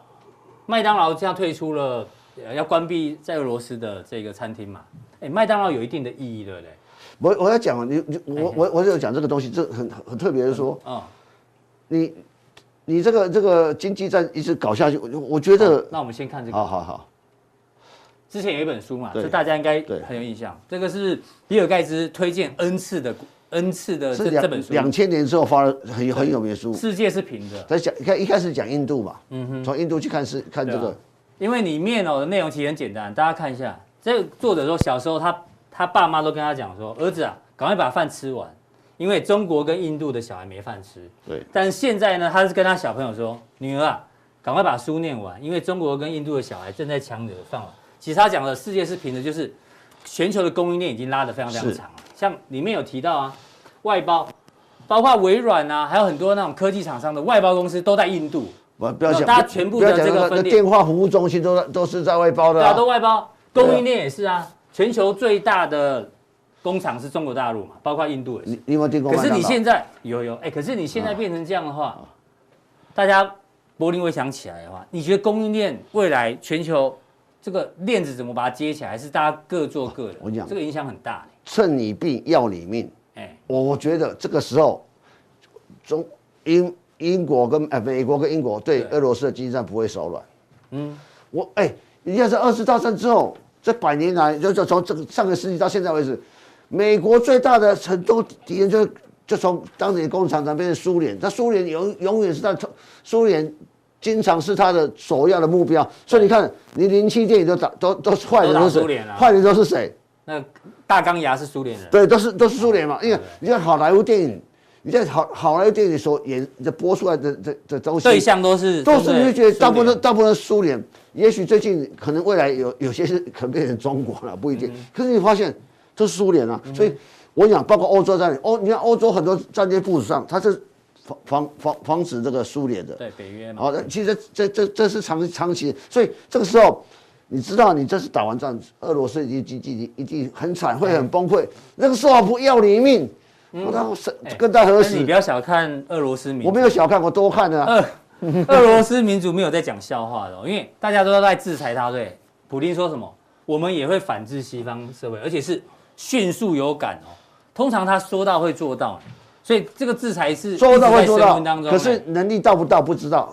A: 麦当劳这样退出了，呃要关闭在俄罗斯的这个餐厅嘛？哎，麦当劳有一定的意义，对不对？
B: 我我要讲你你我我我有讲这个东西，这很很很特别的说，
A: 嗯，
B: 你你这个这个经济战一直搞下去，我我觉得，
A: 那我们先看这个
B: 好。好好，
A: 之前有一本书嘛，
B: 对
A: 这大家应该
B: 对
A: 很有印象。这个是比尔盖茨推荐 N 次的 N 次的
B: 是
A: 呃这这本
B: 两
A: 书，
B: 两千年之后发了很很有名的书，
A: 世界是平的，
B: 在讲一开一开始讲印度嘛，从印度去看是看这
A: 对
B: 个
A: 啊，因为里面哦内容其实很简单，大家看一下。这个作者说，小时候他他爸妈都跟他讲说，儿子啊，赶快把饭吃完，因为中国跟印度的小孩没饭吃。
B: 对
A: 但是现在呢，他是跟他小朋友说，女儿啊，赶快把书念完，因为中国跟印度的小孩正在抢你的饭碗。其实他讲的世界是平的，就是全球的供应链已经拉得非常非常
B: 是
A: 长了。像里面有提到啊，外包，包括微软啊，还有很多那种科技厂商的外包公司都在印度。
B: 不不要讲，
A: 大家全部
B: 不
A: 的
B: 要讲
A: 这个
B: 那
A: 分
B: 那
A: 裂
B: 电话服务中心都都是在外包的
A: 对啊，
B: 啊
A: 都，外包，
B: 对啊
A: 供应链也是啊。全球最大的工厂是中国大陆嘛，包括印度也是。
B: 你你有没有听过啊
A: 可
B: 麦当劳？
A: 是你现在有有哎，可是你现在变成这样的话，
B: 啊
A: 大家柏林围墙起来的话，你觉得供应链未来全球这个链子怎么把它接起来？还是大家各做各的？
B: 我跟你讲
A: 这个影响很大
B: 趁你病要你命。
A: 哎，
B: 我我觉得这个时候，中英英国跟呃美国跟英国对
A: 对
B: 俄罗斯的经济战不会手软。
A: 嗯，
B: 我哎，人家在二次大战之后，这百年来，就就从这个上个世纪到现在为止，美国最大的很多敌人就就从当年共产党变成苏联，那苏联永永远是他苏联。经常是他的首要的目标，所以你看，你零七电影都打都都是坏
A: 都
B: 人
A: 打
B: 都是
A: 苏
B: 谁
A: 联啊
B: 坏人都是谁？
A: 那大钢牙是苏联人，
B: 对，都是都是苏联嘛。因为你看好莱坞电影，你在好好莱坞电影所演的播出来的的的东西，
A: 对象都是
B: 都是你就觉得大部分
A: 苏
B: 都
A: 联
B: 大部分都是苏联。也许最近可能未来有有些是可能变成中国了，不一定。
A: 嗯
B: 可是你发现都是苏联啊，所以我讲包括欧洲在内，欧你看欧洲很多战略部署上，它是防防防防止这个苏联的。
A: 对北约嘛，
B: 好的，其实这这这这是长长期，所以这个时候你知道你这次打完仗，俄罗斯已经经济一定很惨，会很崩溃。那个索尔普要你命，我当时哦跟他何
A: 但是嗯
B: 死
A: 哎你不？要小看俄罗斯民族，
B: 我没有小看，我多看了、啊。
A: 俄俄罗斯民族没有在讲笑话的哦、因为大家都在制裁他。对，普京说什么，我们也会反制西方社会，而且是迅速有感哦。通常他说到会做到，所以这个制裁是
B: 做到
A: 一直
B: 会
A: 在
B: 做
A: 升
B: 到
A: 温当，中
B: 可是能力到不到不知道。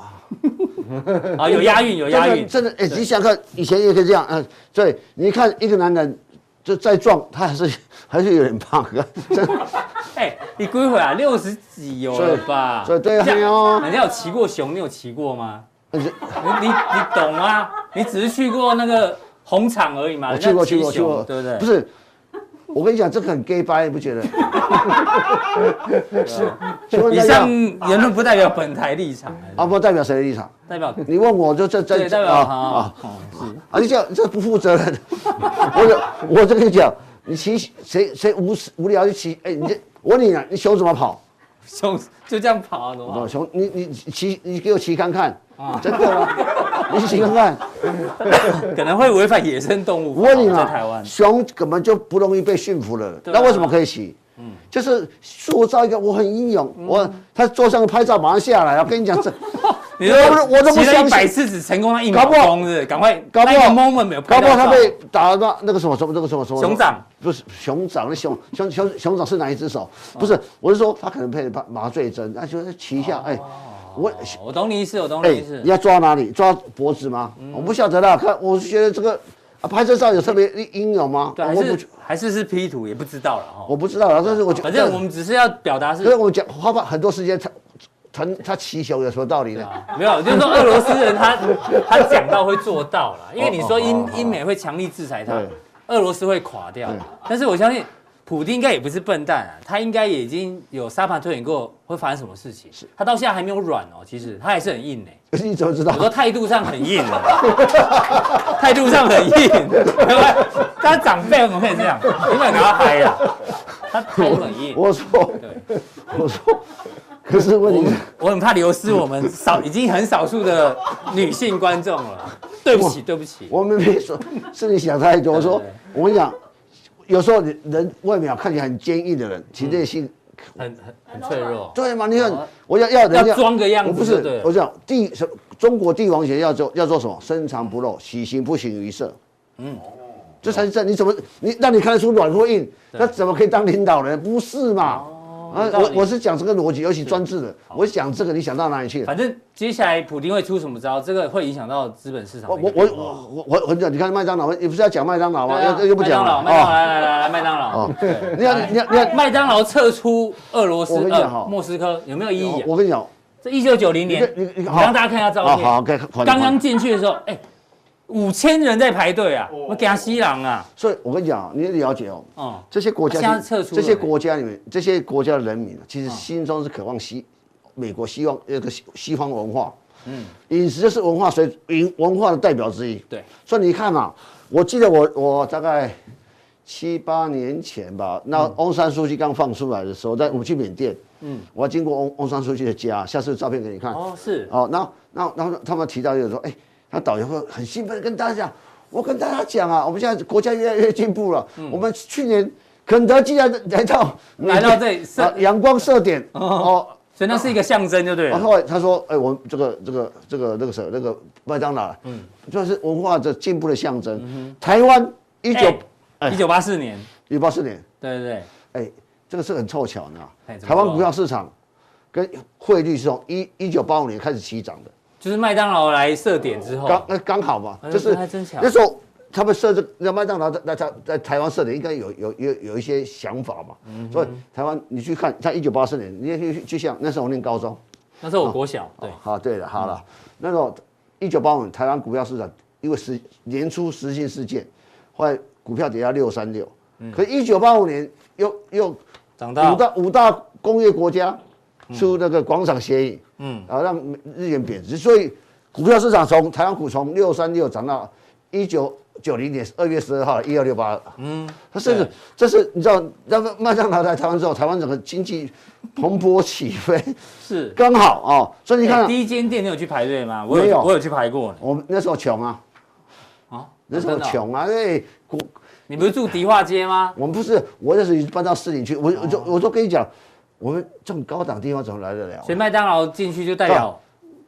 A: 哎啊，有押韵，有押韵，
B: 真的，真的，哎，
A: 对
B: 你想看以前也可以这样，嗯，所以你看一个男人就再壮，他还是还是有点胖，真的
A: 哎，你归回啊，六十几有了吧？
B: 所以对啊
A: 这样
B: 哎呦
A: 人家有骑过熊，你有骑过吗？
B: 但是
A: 你你你懂吗？你只是去过那个红场而已嘛，
B: 我
A: 人家
B: 去过
A: 骑
B: 去过去
A: 熊
B: 过，
A: 对不对？
B: 不是，我跟你讲，这个很 gay 掰，你 不觉得？是，请问
A: 以
B: 大
A: 上
B: 家
A: 言论不代表本台立场，
B: 阿波啊代表谁的立场？
A: 代表
B: 你问我就这这
A: 对代表好
B: 啊啊！你这样这不负责任， 我这我这跟你讲，你骑谁谁无事无聊就骑，哎，你这我问你啊，你熊怎么跑？
A: 熊
B: 哦
A: 就这样跑啊，怎么
B: 老
A: 跑？
B: 熊，你你骑，你给我骑看看，
A: 啊
B: 真的吗？你骑看 看，
A: 可能会违反野生动物
B: 我
A: 法哦。
B: 问你
A: 在
B: 嘛，
A: 台湾，
B: 熊根本就不容易被驯服了，
A: 对啊嗯
B: 那为什么可以骑？就是塑造一个我很英勇，我他坐上拍照马上下来，我跟你讲这，
A: 你
B: 我都我都不相
A: 一百
B: 信，
A: 次只成功那一秒
B: 搞不好
A: 钟，是不是？赶快，
B: 搞不
A: 那
B: 好
A: 一个 moment 没有拍
B: 搞
A: 到
B: 不
A: 照，
B: 好他被打到那个什么什么那个什么什么
A: 熊掌，
B: 不是熊掌，那熊熊熊熊掌是哪一只手？
A: 哦
B: 不是，我是说他可能配麻麻醉针，他就是骑一下，哎，我
A: 哦。我懂你意思，我懂
B: 哎、
A: 你意思
B: 你。要抓哪里？抓脖子吗？
A: 嗯
B: 我不晓得啦，看我是觉得这个、啊、拍摄上有特别英勇吗？
A: 对，还
B: 我不
A: 是还是是 P 图，也不知道了哈。
B: 我不知道啦，但是我觉得，
A: 反正我们只是要表达
B: 所以
A: 是，
B: 我讲花了很多时间谈谈他骑熊有什么道理呢？
A: 啊没有，就是说俄罗斯人他 他讲到会做到
B: 哦
A: 了，因为你说英英美会强力制裁他
B: 对，
A: 俄罗斯会垮掉
B: 对，
A: 但是我相信。普丁应该也不是笨蛋啊，他应该也已经有沙盘推演过会发生什么事情。他到现在还没有软哦，其实他还是很硬呢、
B: 可是你怎么知道
A: 我？说态度上很硬啊， 态度上很 硬，对吧？他长辈怎么可以这样？你们给他嗨呀、他态度很硬。
B: 我说，我说，可是问题是，
A: 我很怕流失我们少已经很少数的女性观众了， 对不起，对不起。
B: 我们没说，是你想太多。我说
A: 对对，
B: 我跟你讲，有时候人人外表看起来很坚硬的人，其实内心、
A: 很很很脆弱，
B: 对嘛？你看
A: 哦，
B: 我要要人家
A: 要装个样子
B: 我不
A: 就对
B: 是
A: 了，
B: 我讲帝什么中国帝王学要做要做什么？深藏不露，喜形不形于色。嗯，这才是正。你怎么你让你看得出软或硬？那怎么可以当领导人？不是嘛？啊
A: 有，道理
B: 我我是讲这个逻辑，尤其专制的，我讲这个，你想到哪里去？
A: 反正接下来普丁会出什么招，这个会影响到资本市场
B: 我
A: 的一个
B: 我
A: 变
B: 我
A: 化。
B: 我我我讲，你看麦当劳，你不是要讲麦当劳吗？
A: 对啊
B: 要又不讲了
A: 麦当劳，麦当劳，
B: 哦
A: 来来来来，麦当劳。
B: 哦，你看你看你看，
A: 麦当劳撤出俄罗斯
B: 我跟你讲哈
A: 呃莫斯科有没有意义啊？
B: 我跟你讲，
A: 这一九九零年，
B: 你你你好
A: 让大家看一下照
B: 好
A: 片。
B: 好，该换
A: 刚刚进去的时候，哎，五千人在排队啊，我给他西朗啊，
B: 所以我跟你讲，你了解哦。
A: 哦，
B: 这些国家
A: 现在撤出了哦
B: 这些国家里面，这些国家的人民啊其实心中是渴望西美国希望那个西西方文化，嗯，饮食就是文化水饮文化的代表之一。
A: 对，
B: 所以你看嘛，我记得我我大概七八年前吧，那
A: 嗯
B: 翁山书记刚放出来的时候，在我们去缅甸，嗯，我要经过翁翁山书记的家，下次照片给你看。
A: 哦是，
B: 哦，那那然后他们提到就是说，哎，那导游会很兴奋地跟大家讲，我跟大家讲啊，我们现在国家越来越进步了，我们去年肯德基来啊来到
A: 嗯来到这里设
B: 啊阳光射点哦。
A: 所以那是一个象征，就对
B: 然
A: 了。
B: 后来他说：“哎，我们这个、这个、这个、那个什么、那个麦当劳，嗯，就是文化的进步的象征。
A: 嗯
B: 台湾一九哎
A: 一九八四年，
B: 一八四年，
A: 对对对，
B: 哎，这个是很凑巧呢
A: 哎。怎么
B: 台湾
A: 说
B: 股票市场跟汇率是从一一九八五年开始起涨的，
A: 就是麦当劳来设点之后，
B: 刚那刚好嘛
A: 哎，呦
B: 就是
A: 这还真巧
B: 那时候他们设置那麦当劳在在在台湾设的，应该有有有有一些想法嘛。所以台湾你去看，在一九八四年，你也去去想那时候我念高中，
A: 那时候我国小，对
B: 哦，好对了好了，那时候一九八五台湾股票市场因为实年初实行事件，后来股票跌到六三六，可一九八五年又又
A: 长
B: 五
A: 大
B: 大五大工业国家出那个广场协议，嗯，啊让日元贬值，所以股票市场从台湾股从六三六涨到一九九零年二月十二号一二六八，嗯，它甚至这是你知道，那个麦当劳来台湾之后，台湾整个经济蓬勃起飞，
A: 是。
B: 刚好哦，所以你看
A: 哎
B: 啊，
A: 第一间店你有去排队吗？我
B: 没有
A: 我有去排过呢。
B: 我们那时候穷啊，啊，人手
A: 真的哦
B: 穷啊，因为国
A: 你不是住迪化街吗？
B: 我们不是，我那时候已经搬到市里去，我我就我都跟你讲，我们这种高档地方怎么来得了啊？
A: 所以麦当劳进去就代表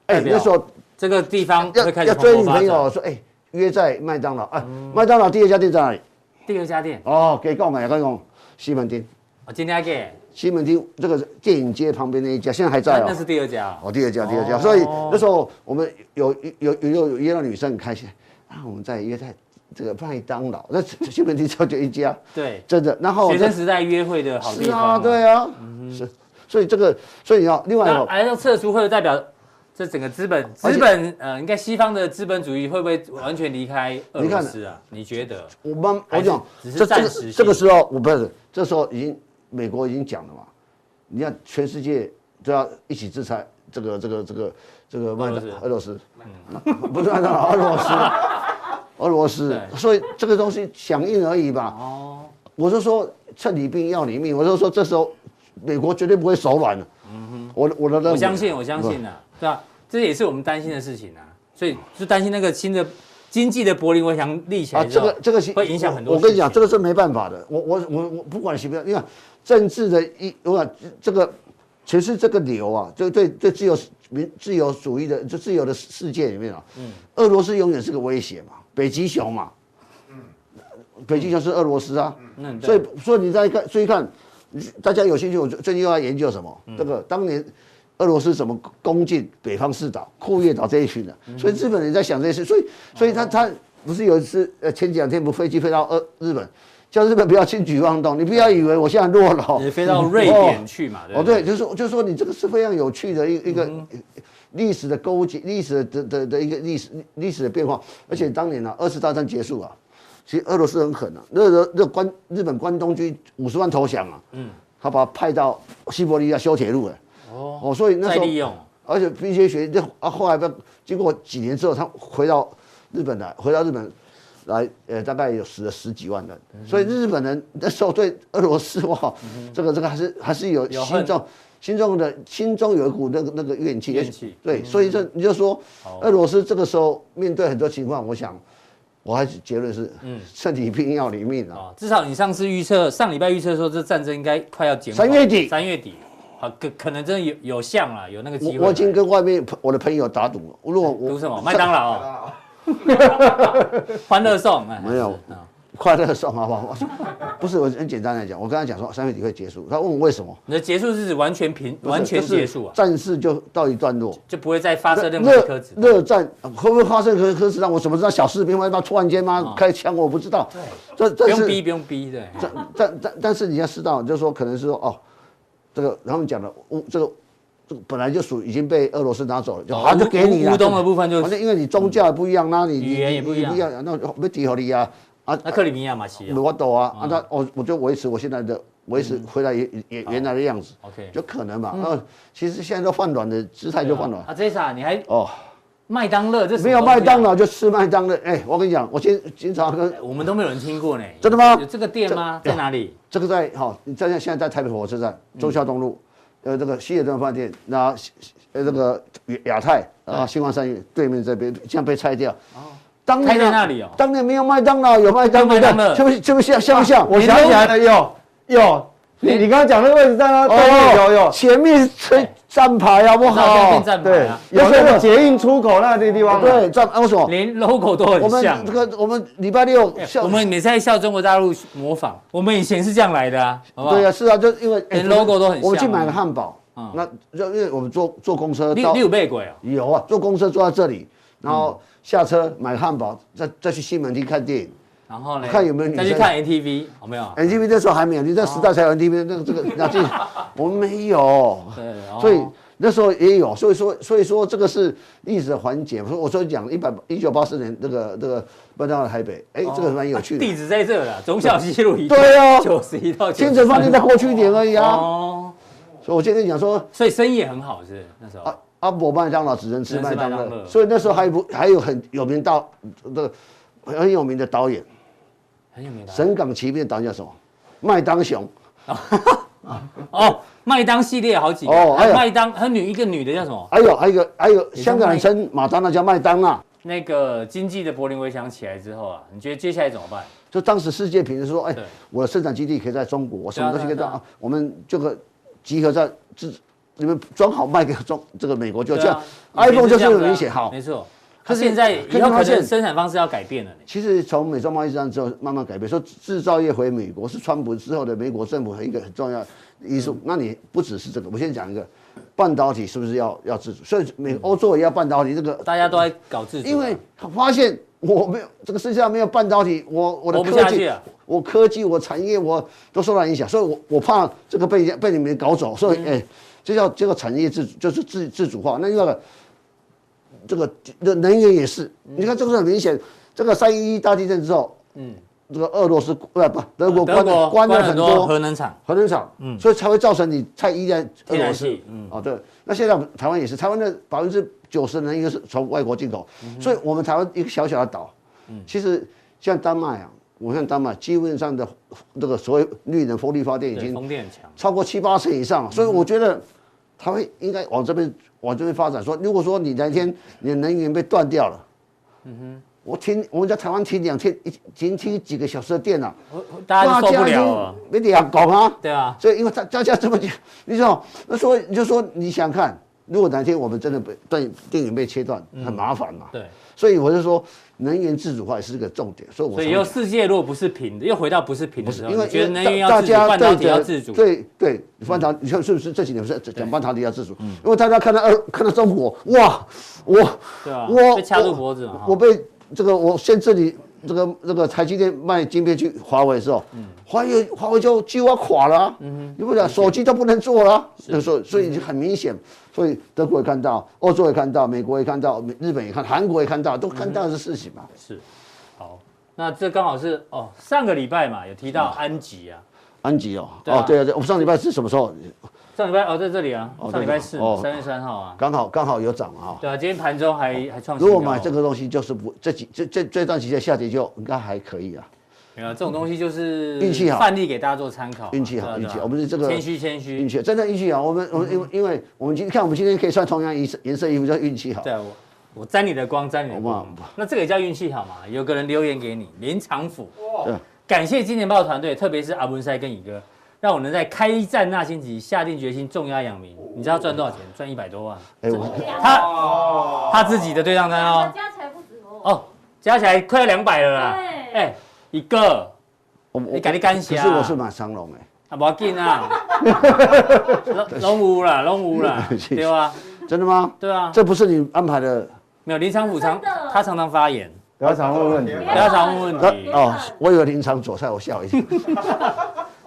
B: 哎、
A: 代表
B: 那时候
A: 这个地方
B: 要
A: 会开始
B: 要
A: 蓬勃
B: 追女
A: 发
B: 朋友，
A: 展。
B: 说哎、约在麦当劳，哎、麦当劳第二家店在哪里？
A: 第二家店，
B: 哦，给讲哎，给讲西门町，
A: 我今天还给，
B: 西门町这个电影街旁边那一家，现在还
A: 那
B: 在哦
A: 那。是第二家哦。
B: 哦，第二家，第二家，所以那时候我们有有有有有约到女生很开心，啊，我们再约在这个麦当劳，那西门町只有就一家，
A: 对，
B: 真的。然后
A: 学生时代约会的好地
B: 哦是啊，
A: 方。哦
B: 对啊，是，所以这个，所以你要另外一
A: 哎那
B: 个，
A: 还要撤出会代表这整个资本
B: 而且
A: 资本呃，应该西方的资本主义会不会完全离开俄
B: 你
A: 罗
B: 看
A: 斯啊？你觉得？
B: 我们
A: 还
B: 我
A: 是
B: 讲
A: 只是
B: 这这
A: 暂
B: 个
A: 时性
B: 这个时候，我不是这时候已经美国已经讲了嘛，你看全世界都要一起制裁这个这个这个这个麦当
A: 俄罗斯嗯
B: 俄罗斯，不是麦当劳，俄罗斯。俄罗斯，
A: 对
B: 所以这个东西响应而已吧。
A: 哦，
B: 我是说趁你病要你命，我是说这时候美国绝对不会手软的。我的我的认为
A: 嗯我相信，我相信呐、啊
B: 嗯
A: 对吧、这也是我们担心的事情啊，所以就担心那个新的经济的柏林围墙立起
B: 啊，
A: 来之
B: 这
A: 后，
B: 个这个是
A: 会影响很多
B: 我。我跟你
A: 事情
B: 讲，这个是没办法的。我我我我不管行不行，你看政治的一我讲这个，其实这个流啊，对对对，自由民自由主义的就自由的世界里面啊，
A: 嗯
B: 俄罗斯永远是个威胁嘛，北极熊嘛，北极熊是俄罗斯啊，
A: 嗯对
B: 所以所以你再看，注意看，大家有兴趣，我最最近又要研究什么？
A: 嗯
B: 这个当年俄罗斯怎么攻进北方四岛、库页岛这一群的、
A: 嗯
B: 所以日本人在想这些事，所以所
A: 哦
B: 以他他不是有一次呃前几两天不飞机飞到俄日本，叫日本不要轻举妄动，你不要以为我现在落了，
A: 你飞到瑞典去嘛？对
B: 哦，
A: 不
B: 对，嗯就是说就是说你这个是非常有趣的一一个历史的勾结，历史的的的一个历史历史的变化，而且当年啊，二次大战结束啊，其实俄罗斯很狠啊，那个那关日本关东军五十万投降啊，嗯，他把他派到西伯利亚修铁路哎、
A: 哦，
B: 哦，所以那
A: 再
B: 时候
A: 利用
B: 而且冰雪学这啊，后来不经过几年之后，他回到日本来，回到日本来，呃，大概有死了十几万人，
A: 嗯
B: 所以日本人那时候对俄罗斯哇，这个这个还是还是有
A: 有
B: 心中心中的心中有一股那个那个怨气，
A: 怨气嗯
B: 对，所以这你就说俄罗斯这个时候面对很多情况，我想我还是结论是，嗯， 身体病要你命啊，
A: 哦，至少你上次预测，上礼拜预测说这战争应该快要结束，
B: 三月底
A: 三月底，好，可可能真的有有像啦，有那个机会
B: 我
A: 来。
B: 我已经跟外面朋我的朋友打赌了，如果我
A: 读什么？麦当劳
C: 麦
A: 哦、
C: 当劳
A: 欢乐颂哎，
B: 没有
A: 嗯
B: 快乐送好不好？我说不是，我很简单来讲，我跟他讲说三月底会结束，他问我为什么，
A: 你的结束是指完全平，
B: 不是
A: 完全
B: 就是
A: 结束啊，
B: 战事就到一段落。
A: 就不会再发射任何一颗
B: 热
A: 子弹。
B: 热战会不会发生核核子弹？我怎么知道小士兵会他突然
A: 嗯
B: 间吗开枪？我不知道。这
A: 不
B: 这
A: 用逼，
B: 是
A: 不用逼，对。
B: 这但但但是你要知道，就是说可能是说哦，这个他们讲的乌这个这个本来就属已经被俄罗斯拿走了，就
A: 哦
B: 好像就给你
A: 乌
B: 了。
A: 乌东的部分就
B: 反正因为你宗教不一样，那你
A: 语言也不一样
B: 你那没底合理啊啊！
A: 那克里米亚马哦西亚
B: 没我懂啊，啊，那我我就维持我现在的维持回来原原原来的样子，
A: ，OK，
B: 就可能嘛。那其实现在都放软的姿态就放软
A: 啊，这啥？你还
B: 哦，
A: 麦当乐？这什么
B: 没有麦
A: 东
B: 当
A: 西啊
B: 劳就吃麦当劳。哎，我跟你讲，我经经常跟
A: 啊，我们都没有人听过呢。
B: 真的吗
A: 有这个店吗？
B: 这
A: 在哪里？
B: 这个在哈，你在现在在台北火车站忠孝东路，呃，这个西野顿饭店，那西呃这个亚太啊新光三越对面这边，这样被拆掉。当年啊
A: 开在那里哦
B: 当年没有麦当劳，有麦当
A: 有麦当
B: 劳，
A: 劳
B: 是不是是不是像像不像？
E: 我想起来了，有有，你你刚刚讲那个位置啊在那对面有有
B: 哦前面是站牌啊好不
A: 照
B: 好
A: 片？站牌
E: 对
A: 啊，，
E: 有那个捷运出口那地地方啊，
B: 对，站啊为什么？
A: 连 logo 都
B: 我
A: 很
B: 们
A: 像
B: 这。个我们礼拜六
A: 哎
B: 下
A: 我们每次在笑中国大陆模仿，我们以前是这样来的啊，好不好？
B: 对啊，是啊，就因为哎
A: 连 logo 都很像啊
B: 我们去买个汉堡
A: 嗯，
B: 那就因为我们坐坐公车
A: 你
B: 到
A: 你有背过哦？
B: 有啊，坐公车坐在这里，然后
A: 嗯
B: 下车买汉堡，再再去西门町看电影。
A: 然后呢？
B: 看有没有女
A: 再去
B: 生哎
A: 看 ATV，好没有啊？
B: NTV 那时候还没有，你在时代才有 NTV 那个这个那这，我们没有。
A: 对，哦然后
B: 所以那时候也有，所以说所以说这个是历史的环节。所以我说讲一百一九八四年那个那个搬到台北，哎，这个蛮有趣
A: 哦地
B: 的。
A: 址在这了，忠孝西路一
B: 对啊
A: 九十一到
B: 天成饭店在过去一点而已啊，
A: 哦，
B: 所以我今天讲说
A: 所以生意也很好，是不是那时候
B: 啊，阿伯麦当劳只能吃麦
A: 只能吃
B: 当
A: 麦当
B: 劳，
A: 劳
B: 所以那时候还不还有很有名导这个很有名的导演，
A: 嗯很有名的啊
B: 《神港奇兵》的导演叫什么？麦当雄。
A: 哦，麦当系列好几个
B: 哦
A: 哦，还
B: 还
A: 有
B: 有
A: 麦当和女一个女的叫什么？
B: 还有还有一个还有
A: 叫
B: 香港人称马当娜叫麦当娜，啊
A: 那个经济的柏林围墙起来之后啊，你觉得接下来怎么办？
B: 就当时世界评论说，哎
A: 对，
B: 我的生产基地可以在中国，我什么东西可以
A: 对
B: 到，
A: 啊对啊
B: 啊我们这个集合在自你们装好卖给中这个美国就这样
A: 对啊
B: ，iPhone 就是
A: 以前
B: 很
A: 这样子啊
B: 明显好
A: 没。错。
B: 可
A: 可
B: 是
A: 是现在
B: 可
A: 以后
B: 是你
A: 可
B: 发现
A: 能生产方式要改变了呢。
B: 其实从美中贸易战之后慢慢改变，说制造业回美国是川普之后的美国政府一个很重要的因素。那你不只是这个，我先讲一个，半导体是不是要要自主？所以美欧洲也要半导体这个，
A: 大家都在搞自主啊，
B: 因为发现我没有这个世界上没有半导体，我我的
A: 活不
B: 科
A: 下去
B: 技
A: 啊，
B: 我科技我产业我都受到影响，所以我我怕这个被人家被你们搞走，所以哎、这叫这个产业自主就是自自主化。那另外一个这个这能源也是，你看这个是很明显，这个三一一大地震之后，
A: 嗯，
B: 这个俄罗斯呃不德国
A: 德
B: 关
A: 国
B: 了关了
A: 很
B: 很
A: 多
B: 多
A: 核能厂，
B: 核能厂，
A: 嗯
B: 所以才会造成你太依赖俄
A: 天然
B: 罗斯
A: 气，嗯
B: 哦，对。那现在台湾也是，台湾的百分之九十的能源是从外国进口，
A: 嗯
B: 所以我们台湾一个小小的岛，其实像丹麦啊，我看丹麦基本上的这个所谓绿能风力发电已
A: 对，嗯
B: 经
A: 风电很强，
B: 超过七八成以上，所以我觉得它会应该往这边往这边发展。说如果说你哪一
A: 嗯
B: 天你的能源被断掉了，嗯哼。我停，我们在台湾停两天，一停停几个小时的电啊，
A: 大家
B: 大
A: 都受
B: 家
A: 不
B: 已
A: 了
B: 经
A: 了，
B: 没两搞啊，
A: 对啊，
B: 所以因为大大家这么讲，你知道，那说你就说你想看，如果哪天我们真的被断电源被切断，
A: 嗯
B: 很麻烦嘛。
A: 对，
B: 所以我就说，能源自主化也是个重点。所以我
A: 所
B: 才
A: 以以后世界如果不是平的，又回到不是平的
B: 不是
A: 时候，
B: 因为
A: 你觉得能源要
B: 大大
A: 自主，
B: 家
A: 半导
B: 对
A: 体要
B: 的
A: 自主，嗯
B: 对对，半导体你看是不是这几年不是讲半导体要自主？因为大家看到呃看到中国，哇，我
A: 对吧？
B: 我
A: 被掐住脖子嘛，哈
B: 我被这个我先这里这个这个台积电卖晶片去华为的时候，
A: 嗯
B: 华为华为就几乎要垮了、啊，你不讲手机都不能做了啊、那时候所以就很明显，所以德国也看到，欧洲也看到，美国也看到，美日本也看，韩国也看到，
A: 嗯
B: 都看到的事情嘛。
A: 是，好，那这刚好是哦，上个礼拜嘛有提到安吉啊，
B: 安吉哦，
A: 对啊
B: 哦对啊对，我们上礼拜是什么时候？
A: 上礼拜哦在这里啊，
B: 哦
A: 上礼拜四
B: 在这里哦
A: 三月三号啊，
B: 刚好刚好有涨啊、
A: 对啊，今天盘中还还创新
B: 如
A: 高
B: 果
A: 哦。
B: 买这个东西，就是不这几这这这段期间下跌就应该还可以啊。
A: 没有这种东西就是
B: 运气好
A: 范例给大家做参考嘛，
B: 运气好
A: 对啊
B: 运气好
A: 对啊
B: 我们是这个
A: 谦虚谦
B: 运
A: 虚，
B: 气真的运气好，我们我们
A: 嗯
B: 因为因为我们今看我们今天可以穿同样颜色颜色衣服叫运气好。
A: 对啊我。我沾你的光，沾你的光
B: 我忘了。
A: 那这个也叫运气好嘛？有个人留言给你，林长甫，
C: 哇
B: 对，
A: 感谢金钱豹团队，特别是阿文塞跟乙哥，让我能在开战那星期下定决心重压阳明。你知道赚多少钱？赚一百多万。
B: 哎我
A: 他
C: 哦，
A: 他自己的对账单哦。
D: 加起来不止哦。
A: 哦，加起来快要两百了啦。
D: 对
A: 哎，一个
B: 我我
A: 你赶紧干洗啊
B: 可是我是买长隆哎，，
A: 啊，不要紧啊，龙龙五啦，龙五啦
B: 谢谢
A: 对啊，
B: 真的吗？
A: 对啊，
B: 这不是你安排的
A: 没有林昌甫常
D: 真的啊
A: 他常常发言，
E: 不要常问问题。
A: 不要常问
B: 那
A: 问题，
B: 哦，我以为林场左菜，我 吓我一跳。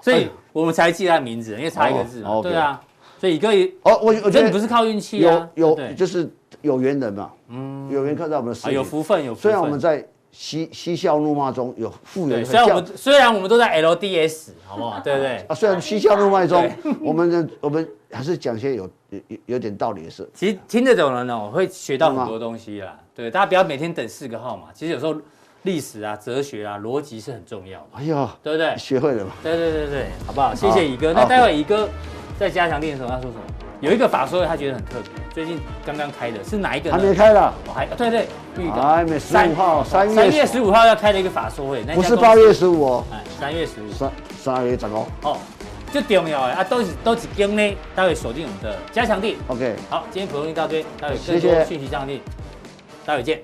A: 所以我们才记他名字，因为差一个字
B: 哎哦
A: 嘛，
B: ，OK
A: 对啊，所以一个也，
B: 哦，我
A: 我
B: 我
A: 觉
B: 觉
A: 得你不
B: 得
A: 是靠运气
B: 有
A: 啊，
B: 有
A: 对
B: 就是有缘人嘛，嗯，有缘看到我们的
A: 啊
B: 视
A: 有
B: 频，
A: 福分有福分，
B: 虽然我们在嬉嬉笑怒骂中有复
A: 对，
B: 原的
A: 虽然我
B: 效
A: 们虽然我们都在 LDS，好不好？对不对？
B: 啊，虽然嬉笑怒骂中，我们的我们还是讲些有有有有点道理的事。
A: 其实听这种人呢，我会学到很多东西啦。对，大家不要每天等四个号码，其实有时候历史啊、哲学啊、逻辑是很重要的，
B: 哎呀，
A: 对不对？
B: 学会 了嘛。
A: 对对对对，好不好？谢谢乙哥。
B: 好
A: 那待会乙哥在加强练的时候，他说什么？有一个法说他觉得很特别，最近刚刚开的是哪一个呢？
B: 还没开啦，
A: 我还对对，预告
B: 还没十五号，三
A: 三月
B: 月
A: 十五号要开的一个法说会，那家
B: 不是
A: 公司
B: 八月，十五哦，
A: 哎，三月十五
B: 三三月十五。
A: 哦，最重要的啊，都是都是跟呢，待会锁定我们的加强地。
B: OK，
A: 好，今天普通一大堆，待会更
B: 谢
A: 多
B: 谢
A: 讯息降临，待会见。